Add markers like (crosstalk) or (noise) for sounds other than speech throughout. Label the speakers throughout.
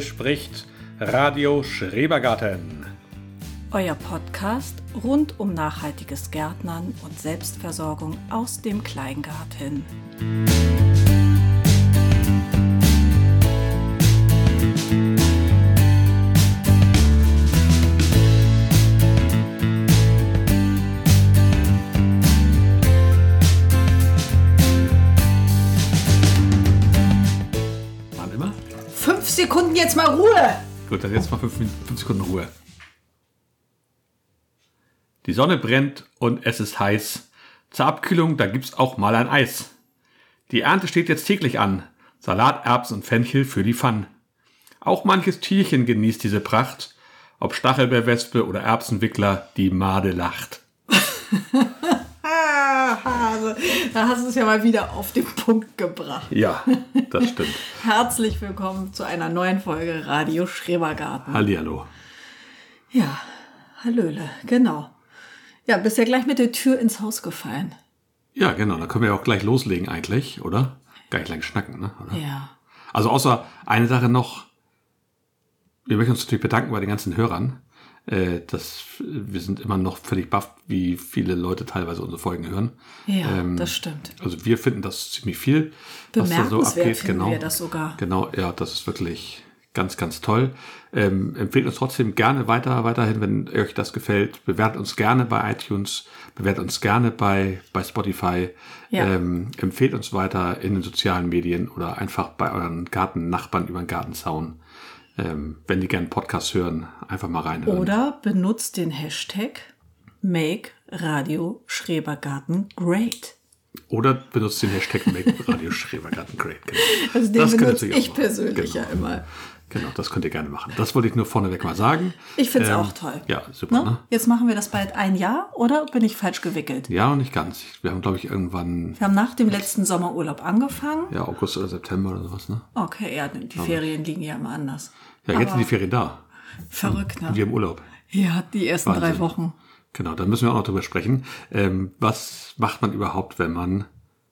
Speaker 1: spricht Radio Schrebergarten.
Speaker 2: Euer Podcast rund um nachhaltiges Gärtnern und Selbstversorgung aus dem Kleingarten.
Speaker 3: Wann immer?
Speaker 4: Fünf Sekunden jetzt mal Ruhe.
Speaker 3: Gut, dann jetzt mal fünf, Min- fünf Sekunden Ruhe. Die Sonne brennt und es ist heiß. Zur Abkühlung, da gibt's auch mal ein Eis. Die Ernte steht jetzt täglich an. Salat, Erbsen und Fenchel für die Pfann. Auch manches Tierchen genießt diese Pracht. Ob Stachelbeerwespe oder Erbsenwickler, die Made lacht.
Speaker 4: Ah, Hase, da hast du es ja mal wieder auf den Punkt gebracht.
Speaker 3: Ja, das stimmt.
Speaker 4: Herzlich willkommen zu einer neuen Folge Radio
Speaker 3: (laughs)
Speaker 4: Schrebergarten.
Speaker 3: Hallihallo.
Speaker 4: Ja, Hallöle, genau. Ja, bist ja gleich mit der Tür ins Haus gefallen.
Speaker 3: Ja, genau, da können wir ja auch gleich loslegen eigentlich, oder? Gar nicht lang schnacken, ne? Oder?
Speaker 4: Ja.
Speaker 3: Also außer eine Sache noch. Wir möchten uns natürlich bedanken bei den ganzen Hörern. Äh, das, wir sind immer noch völlig baff, wie viele Leute teilweise unsere Folgen hören.
Speaker 4: Ja,
Speaker 3: Ähm,
Speaker 4: das stimmt.
Speaker 3: Also wir finden das ziemlich viel,
Speaker 4: Bemerkenswert finden wir das sogar.
Speaker 3: Genau, ja, das ist wirklich ganz, ganz toll. Ähm, empfehlt uns trotzdem gerne weiter, weiterhin, wenn euch das gefällt. Bewertet uns gerne bei iTunes, bewertet uns gerne bei, bei Spotify.
Speaker 4: Ja.
Speaker 3: Ähm, empfehlt uns weiter in den sozialen Medien oder einfach bei euren Gartennachbarn über den Gartenzaun. Ähm, wenn die gerne Podcasts hören, einfach mal reinhören.
Speaker 4: Oder benutzt den Hashtag Make Radio Schrebergarten Great.
Speaker 3: Oder benutzt den Hashtag (laughs) Make Radio Schrebergarten Great. Genau.
Speaker 4: Also den
Speaker 3: Das könnt ihr
Speaker 4: benutze
Speaker 3: natürlich auch
Speaker 4: ich
Speaker 3: machen.
Speaker 4: persönlich
Speaker 3: Genau.
Speaker 4: ja immer.
Speaker 3: Genau, das könnt ihr gerne machen. Das wollte ich nur vorneweg mal sagen.
Speaker 4: Ich find's
Speaker 3: Ähm,
Speaker 4: auch toll.
Speaker 3: Ja, super, ne?
Speaker 4: Ne? Jetzt machen wir das bald ein Jahr, oder bin ich falsch gewickelt?
Speaker 3: Ja, und nicht ganz. Wir haben, glaube ich, irgendwann,
Speaker 4: Wir haben nach dem letzten Sommerurlaub angefangen.
Speaker 3: ja, August oder September oder sowas, ne?
Speaker 4: Okay, ja, die Ferien liegen ja immer anders.
Speaker 3: Ja, jetzt
Speaker 4: Aber
Speaker 3: sind die Ferien da.
Speaker 4: verrückt, ne?
Speaker 3: Wir im Urlaub.
Speaker 4: ja, die ersten drei
Speaker 3: Wahnsinn.
Speaker 4: Wochen.
Speaker 3: Genau, da müssen wir auch noch drüber sprechen. Ähm, was macht man überhaupt, wenn man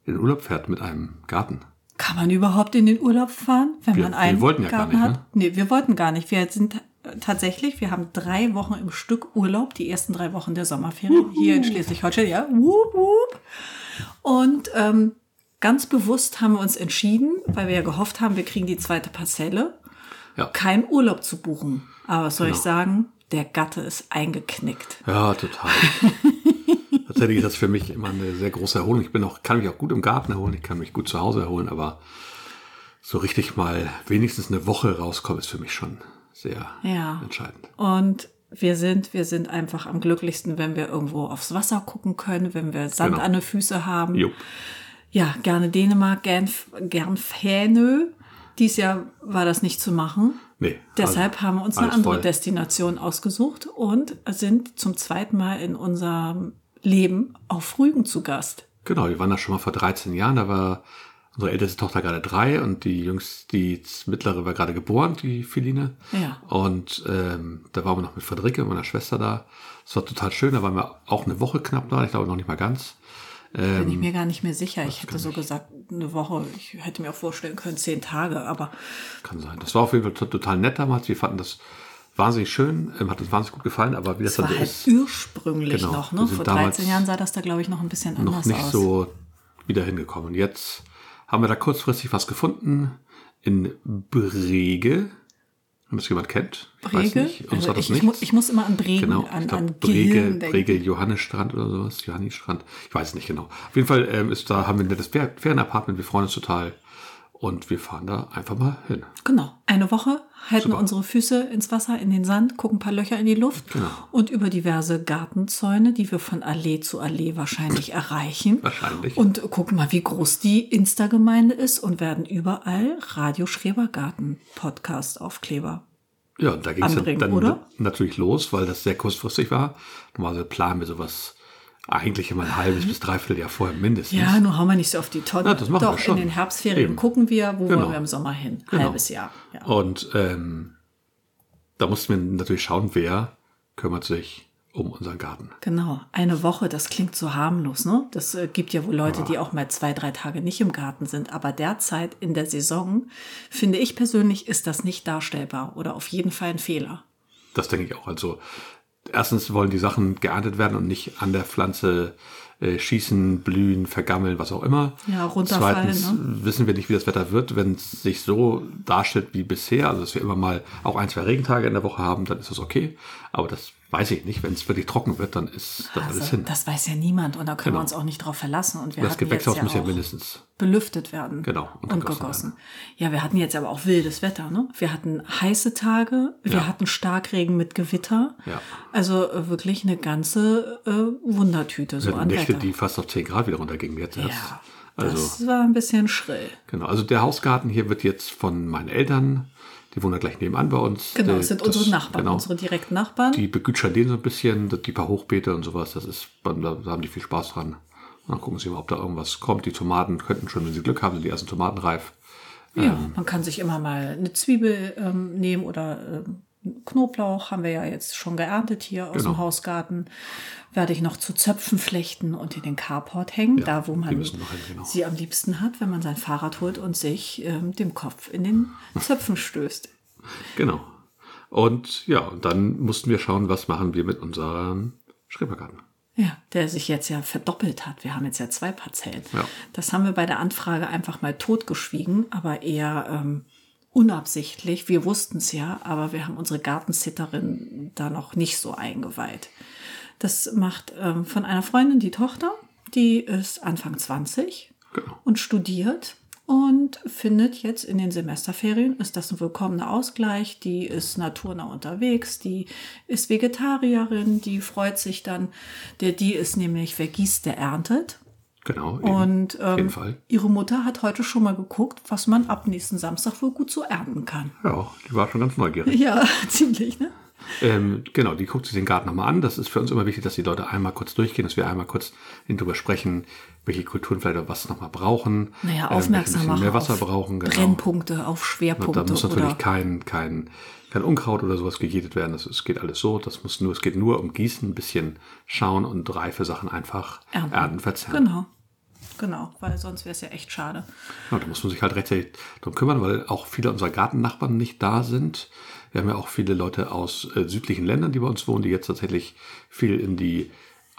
Speaker 3: in den Urlaub fährt mit einem Garten?
Speaker 4: Kann man überhaupt in den Urlaub fahren, wenn
Speaker 3: Wir-
Speaker 4: man
Speaker 3: wir
Speaker 4: einen
Speaker 3: wollten ja gar
Speaker 4: Garten
Speaker 3: nicht, ne?
Speaker 4: hat? Nee, wir wollten gar nicht. Wir sind äh, tatsächlich, wir haben drei Wochen im Stück Urlaub, die ersten drei Wochen der Sommerferien hier in Schleswig-Holstein, ja, wup, wup. Und ähm, ganz bewusst haben wir uns entschieden, weil wir ja gehofft haben, wir kriegen die zweite Parzelle,
Speaker 3: Ja.
Speaker 4: keinen Urlaub zu buchen. Aber was soll
Speaker 3: Genau.
Speaker 4: ich sagen? Der Gatte ist eingeknickt.
Speaker 3: Ja,
Speaker 4: (laughs)
Speaker 3: total. Tatsächlich ist das für mich immer eine sehr große Erholung. Ich bin auch, kann mich auch gut im Garten erholen, ich kann mich gut zu Hause erholen, aber so richtig mal wenigstens eine Woche rauskommen, ist für mich schon sehr
Speaker 4: Ja.
Speaker 3: entscheidend.
Speaker 4: Und wir sind, wir sind einfach am glücklichsten, wenn wir irgendwo aufs Wasser gucken können, wenn wir Sand
Speaker 3: Genau.
Speaker 4: an den Füßen haben.
Speaker 3: Jupp.
Speaker 4: Ja, gerne Dänemark, gern, gern Fähnö. Dies Jahr war das nicht zu machen.
Speaker 3: Nee.
Speaker 4: Deshalb
Speaker 3: also,
Speaker 4: haben wir uns eine
Speaker 3: alles
Speaker 4: andere
Speaker 3: voll.
Speaker 4: Destination ausgesucht und sind zum zweiten Mal in unserem Leben auf Rügen zu Gast.
Speaker 3: Genau, wir waren da schon mal vor 13 Jahren, da war unsere älteste Tochter gerade drei und die jüngste, die mittlere war gerade geboren, die Feline.
Speaker 4: Ja.
Speaker 3: Und ähm, da waren wir noch mit Friederike, meiner Schwester da. Es war total schön, da waren wir auch eine Woche knapp da, ich glaube noch nicht mal ganz.
Speaker 4: Bin
Speaker 3: Mhm.
Speaker 4: ich mir gar nicht mehr sicher. Ich hätte so gesagt, eine Woche. Ich hätte mir auch vorstellen können, zehn Tage. Aber
Speaker 3: Kann sein. Das war auf jeden Fall to- total nett damals. Wir fanden das wahnsinnig schön, ähm, hat uns wahnsinnig gut gefallen, aber wie das
Speaker 4: es
Speaker 3: dann
Speaker 4: war
Speaker 3: so
Speaker 4: halt
Speaker 3: ist,
Speaker 4: ursprünglich
Speaker 3: Genau.
Speaker 4: noch.
Speaker 3: Wir
Speaker 4: Ne?
Speaker 3: sind
Speaker 4: Vor
Speaker 3: damals
Speaker 4: 13 Jahren sah das da, glaube ich, noch ein bisschen
Speaker 3: noch
Speaker 4: anders
Speaker 3: nicht
Speaker 4: aus.
Speaker 3: so wieder hingekommen. Und jetzt haben wir da kurzfristig was gefunden in Brege. Wenn das jemand kennt. Ich weiß
Speaker 4: Brege?
Speaker 3: nicht. Uns
Speaker 4: Also
Speaker 3: hat das
Speaker 4: ich, ich, mu-
Speaker 3: nichts.
Speaker 4: ich muss immer an Bregen,
Speaker 3: Genau,
Speaker 4: an,
Speaker 3: ich glaub,
Speaker 4: an
Speaker 3: Brege,
Speaker 4: Gehirn denken.
Speaker 3: Brege Johannesstrand oder sowas, Johannisstrand, ich weiß nicht genau. Auf jeden Fall ähm, ist da haben wir ein nettes Fer- Ferienapartment, wir freuen uns total und wir fahren da einfach mal hin.
Speaker 4: Genau. Eine Woche halten
Speaker 3: Super.
Speaker 4: unsere Füße ins Wasser, in den Sand, gucken ein paar Löcher in die Luft
Speaker 3: Genau.
Speaker 4: und über diverse Gartenzäune, die wir von Allee zu Allee
Speaker 3: (clears throat)
Speaker 4: wahrscheinlich erreichen.
Speaker 3: Wahrscheinlich.
Speaker 4: Und gucken mal, wie groß die Insta-Gemeinde ist und werden überall Radio Schrebergarten Podcast Aufkleber.
Speaker 3: Ja, und da ging es dann,
Speaker 4: anbringen,
Speaker 3: dann
Speaker 4: oder?
Speaker 3: natürlich los, weil das sehr kurzfristig war. Normalerweise planen wir sowas eigentlich immer ein halbes bis dreiviertel Jahr vorher mindestens.
Speaker 4: Ja, nur hauen wir nicht so auf die Tonne.
Speaker 3: Na, das machen wir
Speaker 4: Doch,
Speaker 3: schon.
Speaker 4: in den Herbstferien
Speaker 3: Eben.
Speaker 4: gucken wir, wo
Speaker 3: Genau.
Speaker 4: wollen wir im Sommer hin?
Speaker 3: Genau.
Speaker 4: Halbes Jahr. Ja.
Speaker 3: Und ähm, da mussten wir natürlich schauen, wer kümmert sich um unseren Garten.
Speaker 4: Genau, eine Woche, das klingt so harmlos, ne? Das äh, gibt ja wohl Leute, die auch mal zwei, drei Tage nicht im Garten sind. Aber derzeit in der Saison, finde ich persönlich, ist das nicht darstellbar oder auf jeden Fall ein Fehler.
Speaker 3: Das denke ich auch. Also erstens wollen die Sachen geerntet werden und nicht an der Pflanze äh, schießen, blühen, vergammeln, was auch immer.
Speaker 4: Ja, runterfallen, ne?
Speaker 3: Zweitens wissen wir nicht, wie das Wetter wird, wenn es sich so darstellt wie bisher. Also dass wir immer mal auch ein, zwei Regentage in der Woche haben, dann ist das okay. Aber das weiß ich nicht. Wenn es wirklich trocken wird, dann ist das alles
Speaker 4: Also,
Speaker 3: hin.
Speaker 4: das weiß ja niemand und da können
Speaker 3: Genau.
Speaker 4: wir uns auch nicht drauf verlassen. Und wir
Speaker 3: das
Speaker 4: hatten jetzt
Speaker 3: Gewächshaus
Speaker 4: ja
Speaker 3: muss ja
Speaker 4: auch
Speaker 3: mindestens
Speaker 4: belüftet werden
Speaker 3: Genau,
Speaker 4: und,
Speaker 3: und
Speaker 4: gegossen.
Speaker 3: gegossen
Speaker 4: Ja, wir hatten jetzt aber auch wildes Wetter. Ne? Wir hatten heiße Tage, wir
Speaker 3: Ja.
Speaker 4: hatten Starkregen mit Gewitter.
Speaker 3: Ja.
Speaker 4: Also äh, wirklich eine ganze äh, Wundertüte so
Speaker 3: Wir hatten
Speaker 4: an
Speaker 3: Nächte,
Speaker 4: Wetter.
Speaker 3: die fast auf 10 Grad wieder runtergingen jetzt.
Speaker 4: ja,
Speaker 3: erst. Also,
Speaker 4: das war ein bisschen schrill.
Speaker 3: genau. Also der Hausgarten hier wird jetzt von meinen Eltern, die wohnen ja gleich nebenan bei uns.
Speaker 4: Genau,
Speaker 3: Der-
Speaker 4: es sind
Speaker 3: das-
Speaker 4: unsere Nachbarn,
Speaker 3: Genau,
Speaker 4: unsere direkten Nachbarn.
Speaker 3: die begütschern den so ein bisschen, die paar Hochbeete und sowas, das ist, da da haben die viel Spaß dran. Und dann gucken sie mal, ob da irgendwas kommt. Die Tomaten könnten schon, wenn sie Glück haben, sind die ersten Tomaten reif. Äh,
Speaker 4: ja,
Speaker 3: ähm,
Speaker 4: man kann sich immer mal eine Zwiebel ähm, nehmen oder ähm, Knoblauch haben wir ja jetzt schon geerntet hier aus dem
Speaker 3: Genau.
Speaker 4: Hausgarten. Werde ich noch zu Zöpfen flechten und in den Carport hängen, da wo
Speaker 3: die
Speaker 4: man
Speaker 3: müssen noch hin, genau.
Speaker 4: sie am liebsten hat, wenn man sein Fahrrad holt und sich ähm, dem Kopf in den Zöpfen stößt.
Speaker 3: Genau. Und ja, und dann mussten wir schauen, was machen wir mit unserem Schrebergarten.
Speaker 4: Ja, der sich jetzt ja verdoppelt hat. Wir haben jetzt ja zwei Parzellen.
Speaker 3: Ja.
Speaker 4: Das haben wir bei der Anfrage einfach mal totgeschwiegen, aber eher ähm, unabsichtlich. Wir wussten es ja, aber wir haben unsere Gartenzitterin da noch nicht so eingeweiht. Das macht ähm, von einer Freundin die Tochter, die ist Anfang 20
Speaker 3: Genau.
Speaker 4: und studiert und findet jetzt in den Semesterferien, ist das ein willkommener Ausgleich, die ist naturnah unterwegs, die ist Vegetarierin, die freut sich dann, der die ist nämlich, wer gießt, der erntet.
Speaker 3: Genau. eben.
Speaker 4: Und
Speaker 3: Auf jeden
Speaker 4: ähm,
Speaker 3: Fall.
Speaker 4: ihre Mutter hat heute schon mal geguckt, was man ab nächsten Samstag wohl gut so ernten kann. (laughs)
Speaker 3: Ja, die war schon ganz neugierig.
Speaker 4: Ja, ziemlich, ne?
Speaker 3: Ähm, genau, die guckt sich den Garten nochmal an. Das ist für uns immer wichtig, dass die Leute einmal kurz durchgehen, dass wir einmal kurz darüber sprechen, welche Kulturen vielleicht was nochmal brauchen.
Speaker 4: Naja,
Speaker 3: ähm, welche ein
Speaker 4: aufmerksam
Speaker 3: bisschen
Speaker 4: machen.
Speaker 3: Mehr Wasser
Speaker 4: auf
Speaker 3: brauchen, genau.
Speaker 4: Brennpunkte, auf
Speaker 3: Und
Speaker 4: Schwerpunkte.
Speaker 3: da muss
Speaker 4: oder
Speaker 3: natürlich kein, kein, kein Unkraut oder sowas gejätet werden. Das ist, geht alles so. Das muss nur, es geht nur um Gießen, ein bisschen schauen und reife Sachen einfach ernten, verzehren.
Speaker 4: Genau. Genau, weil sonst wäre es ja echt schade.
Speaker 3: Ja, da muss man sich halt rechtzeitig drum kümmern, weil auch viele unserer Gartennachbarn nicht da sind. Wir haben ja auch viele Leute aus äh, südlichen Ländern, die bei uns wohnen, die jetzt tatsächlich viel in die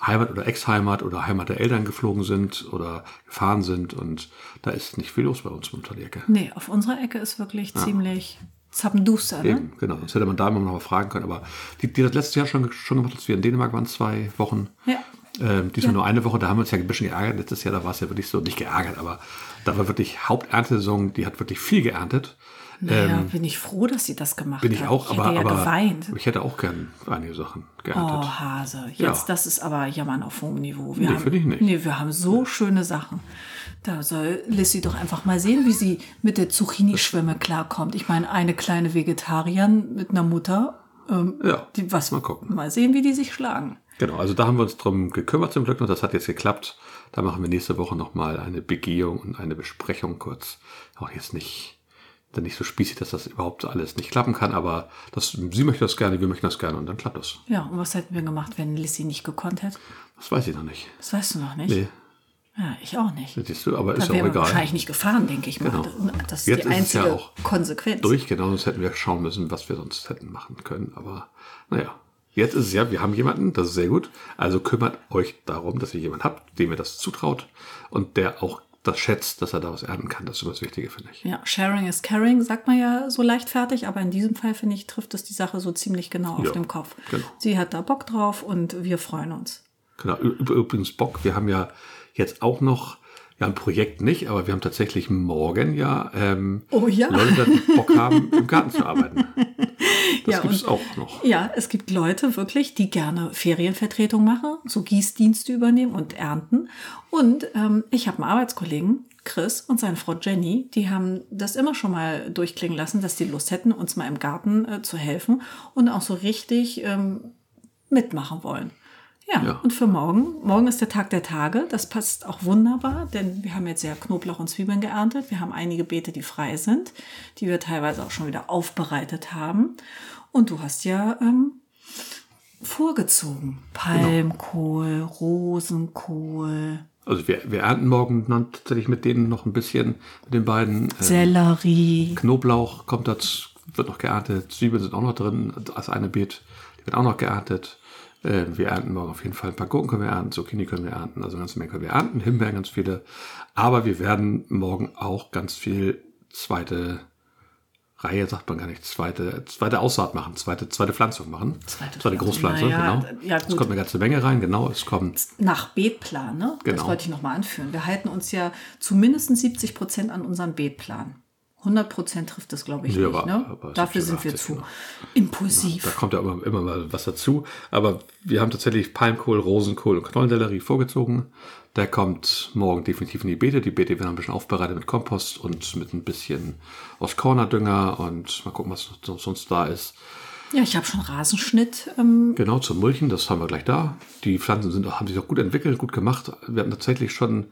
Speaker 3: Heimat oder Ex-Heimat oder Heimat der Eltern geflogen sind oder gefahren sind. Und da ist nicht viel los bei uns unter der Ecke.
Speaker 4: Nee, auf unserer Ecke ist wirklich ziemlich zappenduster, ne?
Speaker 3: Eben, genau. Das hätte man da immer noch mal fragen können. Aber die, die das letztes Jahr schon, schon gemacht, als wir in Dänemark waren, zwei Wochen.
Speaker 4: Ja.
Speaker 3: Ähm, diesmal nur eine Woche, da haben wir uns ja ein bisschen geärgert. Letztes Jahr, da war es ja wirklich so, nicht geärgert, aber da war wirklich Haupterntesaison, die hat wirklich viel geerntet.
Speaker 4: Naja, bin ich froh, dass sie das gemacht
Speaker 3: Ähm, Bin
Speaker 4: hat.
Speaker 3: ich auch,
Speaker 4: ich
Speaker 3: aber,
Speaker 4: hätte ja
Speaker 3: aber
Speaker 4: geweint.
Speaker 3: ich hätte auch gern einige Sachen
Speaker 4: Oh,
Speaker 3: geerntet.
Speaker 4: Hase. Jetzt,
Speaker 3: Ja.
Speaker 4: das ist aber Jammern auf hohem Niveau. Wir
Speaker 3: Nee,
Speaker 4: haben,
Speaker 3: finde ich nicht.
Speaker 4: Nee, wir haben so schöne Sachen. Da soll Lissy doch einfach mal sehen, wie sie mit der Zucchini-Schwemme klarkommt. Ich meine, eine kleine Vegetarierin mit einer Mutter. Ähm,
Speaker 3: Ja,
Speaker 4: die, was,
Speaker 3: mal gucken.
Speaker 4: Mal sehen, wie die sich schlagen.
Speaker 3: Genau, also da haben wir uns drum gekümmert zum Glück und das hat jetzt geklappt. Da machen wir nächste Woche nochmal eine Begehung und eine Besprechung kurz. Auch jetzt nicht, dann nicht so spießig, dass das überhaupt alles nicht klappen kann, aber das, sie möchte das gerne, wir möchten das gerne und dann klappt das.
Speaker 4: Ja, und was hätten wir gemacht, wenn Lissy nicht gekonnt hätte?
Speaker 3: Das weiß ich noch nicht.
Speaker 4: Das weißt du noch nicht.
Speaker 3: Nee,
Speaker 4: Ja, ich auch nicht.
Speaker 3: das siehst du, aber
Speaker 4: Da
Speaker 3: ist ja auch
Speaker 4: wären wir
Speaker 3: egal.
Speaker 4: wahrscheinlich nicht gefahren, denke ich mal.
Speaker 3: Genau.
Speaker 4: Das ist
Speaker 3: Jetzt
Speaker 4: die
Speaker 3: ist es ja
Speaker 4: einzige
Speaker 3: auch
Speaker 4: Konsequenz.
Speaker 3: Durch, genau, sonst hätten wir schauen müssen, was wir sonst hätten machen können, aber naja. Jetzt ist es ja, wir haben jemanden, das ist sehr gut. Also kümmert euch darum, dass ihr jemanden habt, dem ihr das zutraut und der auch das schätzt, dass er daraus ernten kann. Das ist immer das Wichtige, finde ich.
Speaker 4: Ja, sharing is caring, sagt man ja so leichtfertig, aber in diesem Fall, finde ich, trifft es die Sache so ziemlich genau auf
Speaker 3: Ja,
Speaker 4: den Kopf.
Speaker 3: genau.
Speaker 4: Sie hat da Bock drauf und wir freuen uns.
Speaker 3: Genau, Ü- üb- übrigens Bock, wir haben ja jetzt auch noch, ja ein Projekt nicht, aber wir haben tatsächlich morgen ja ähm,
Speaker 4: Oh ja.
Speaker 3: Leute, die Bock haben, im Garten zu
Speaker 4: (laughs)
Speaker 3: arbeiten. Das
Speaker 4: Ja,
Speaker 3: gibt's
Speaker 4: und-
Speaker 3: auch noch.
Speaker 4: Ja, es gibt Leute wirklich, die gerne Ferienvertretung machen, so Gießdienste übernehmen und ernten. Und ähm, ich habe einen Arbeitskollegen, Chris und seine Frau Jenny, die haben das immer schon mal durchklingen lassen, dass die Lust hätten, uns mal im Garten äh, zu helfen und auch so richtig ähm, mitmachen wollen. Ja,
Speaker 3: Ja.
Speaker 4: und für morgen, morgen ist der Tag der Tage, das passt auch wunderbar, denn wir haben jetzt ja Knoblauch und Zwiebeln geerntet, wir haben einige Beete, die frei sind, die wir teilweise auch schon wieder aufbereitet haben. Und du hast ja ähm, vorgezogen. Palmkohl, Rosenkohl,
Speaker 3: Also wir, wir ernten morgen dann tatsächlich mit denen noch ein bisschen, mit den beiden. äh,
Speaker 4: Sellerie.
Speaker 3: Knoblauch kommt dazu, wird noch geerntet. Zwiebeln sind auch noch drin, das eine Beet die wird auch noch geerntet. Äh, wir ernten morgen auf jeden Fall ein paar Gurken können wir ernten, Zucchini können wir ernten, also eine ganze Menge können wir ernten, Himbeeren ganz viele. Aber wir werden morgen auch ganz viel zweite Reihe, sagt man gar nicht, zweite, zweite Aussaat machen, zweite, zweite Pflanzung machen.
Speaker 4: Zweite
Speaker 3: zweite
Speaker 4: Pflanzung,
Speaker 3: Großpflanze,
Speaker 4: na ja,
Speaker 3: genau.
Speaker 4: d- ja,
Speaker 3: es
Speaker 4: gut.
Speaker 3: kommt eine ganze Menge rein, genau. Es kommt
Speaker 4: Nach Beetplan, ne?
Speaker 3: Genau.
Speaker 4: Das wollte ich nochmal anführen. Wir halten uns ja zu mindestens 70 Prozent an unserem Beetplan. 100 Prozent trifft das, glaube ich,
Speaker 3: Ja,
Speaker 4: nicht.
Speaker 3: aber-
Speaker 4: Ne?
Speaker 3: aber
Speaker 4: Dafür
Speaker 3: 70,
Speaker 4: sind wir
Speaker 3: 80,
Speaker 4: zu
Speaker 3: genau. Da
Speaker 4: impulsiv.
Speaker 3: kommt ja immer, immer mal was dazu. Aber wir haben tatsächlich Palmkohl, Rosenkohl und Knollensellerie vorgezogen. Der kommt morgen definitiv in die Beete. Die Beete werden ein bisschen aufbereitet mit Kompost und mit ein bisschen aus Kornerdünger und mal gucken, was noch sonst da ist.
Speaker 4: Ja, ich habe schon Rasenschnitt. Ähm,
Speaker 3: Genau, zum Mulchen, das haben wir gleich da. Die Pflanzen sind, haben sich auch gut entwickelt, gut gemacht. Wir hatten tatsächlich schon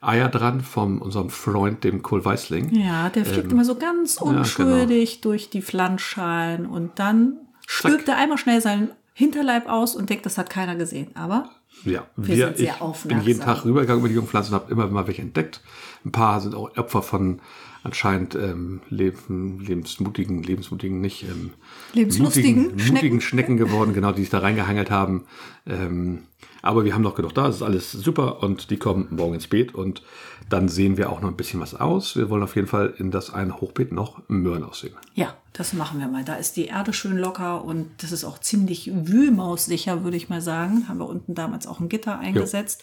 Speaker 3: Eier dran von unserem Freund, dem Kohlweißling.
Speaker 4: ja, der fliegt immer so ganz
Speaker 3: genau.
Speaker 4: unschuldig durch die Pflanzschalen und dann stülpt er einmal schnell seinen Hinterleib aus und denkt, das hat keiner gesehen. Aber
Speaker 3: Ja,
Speaker 4: Wir sind sehr
Speaker 3: ich bin jeden
Speaker 4: aufmerksam.
Speaker 3: Tag rübergegangen über die Jungpflanzen und habe immer mal welche entdeckt. Ein paar sind auch Opfer von anscheinend ähm, leben, lebensmutigen, lebensmutigen nicht, ähm,
Speaker 4: Lebenslustigen
Speaker 3: mutigen, mutigen Schnecken geworden, genau, die sich da reingehangelt haben. Ähm, aber wir haben noch genug da, es ist alles super und die kommen morgen ins Beet und dann sehen wir auch noch ein bisschen was aus. Wir wollen auf jeden Fall in das eine Hochbeet noch Möhren aussehen.
Speaker 4: Ja, das machen wir mal. Da ist die Erde schön locker und das ist auch ziemlich wühlmaussicher, würde ich mal sagen. Haben wir unten damals auch ein Gitter eingesetzt.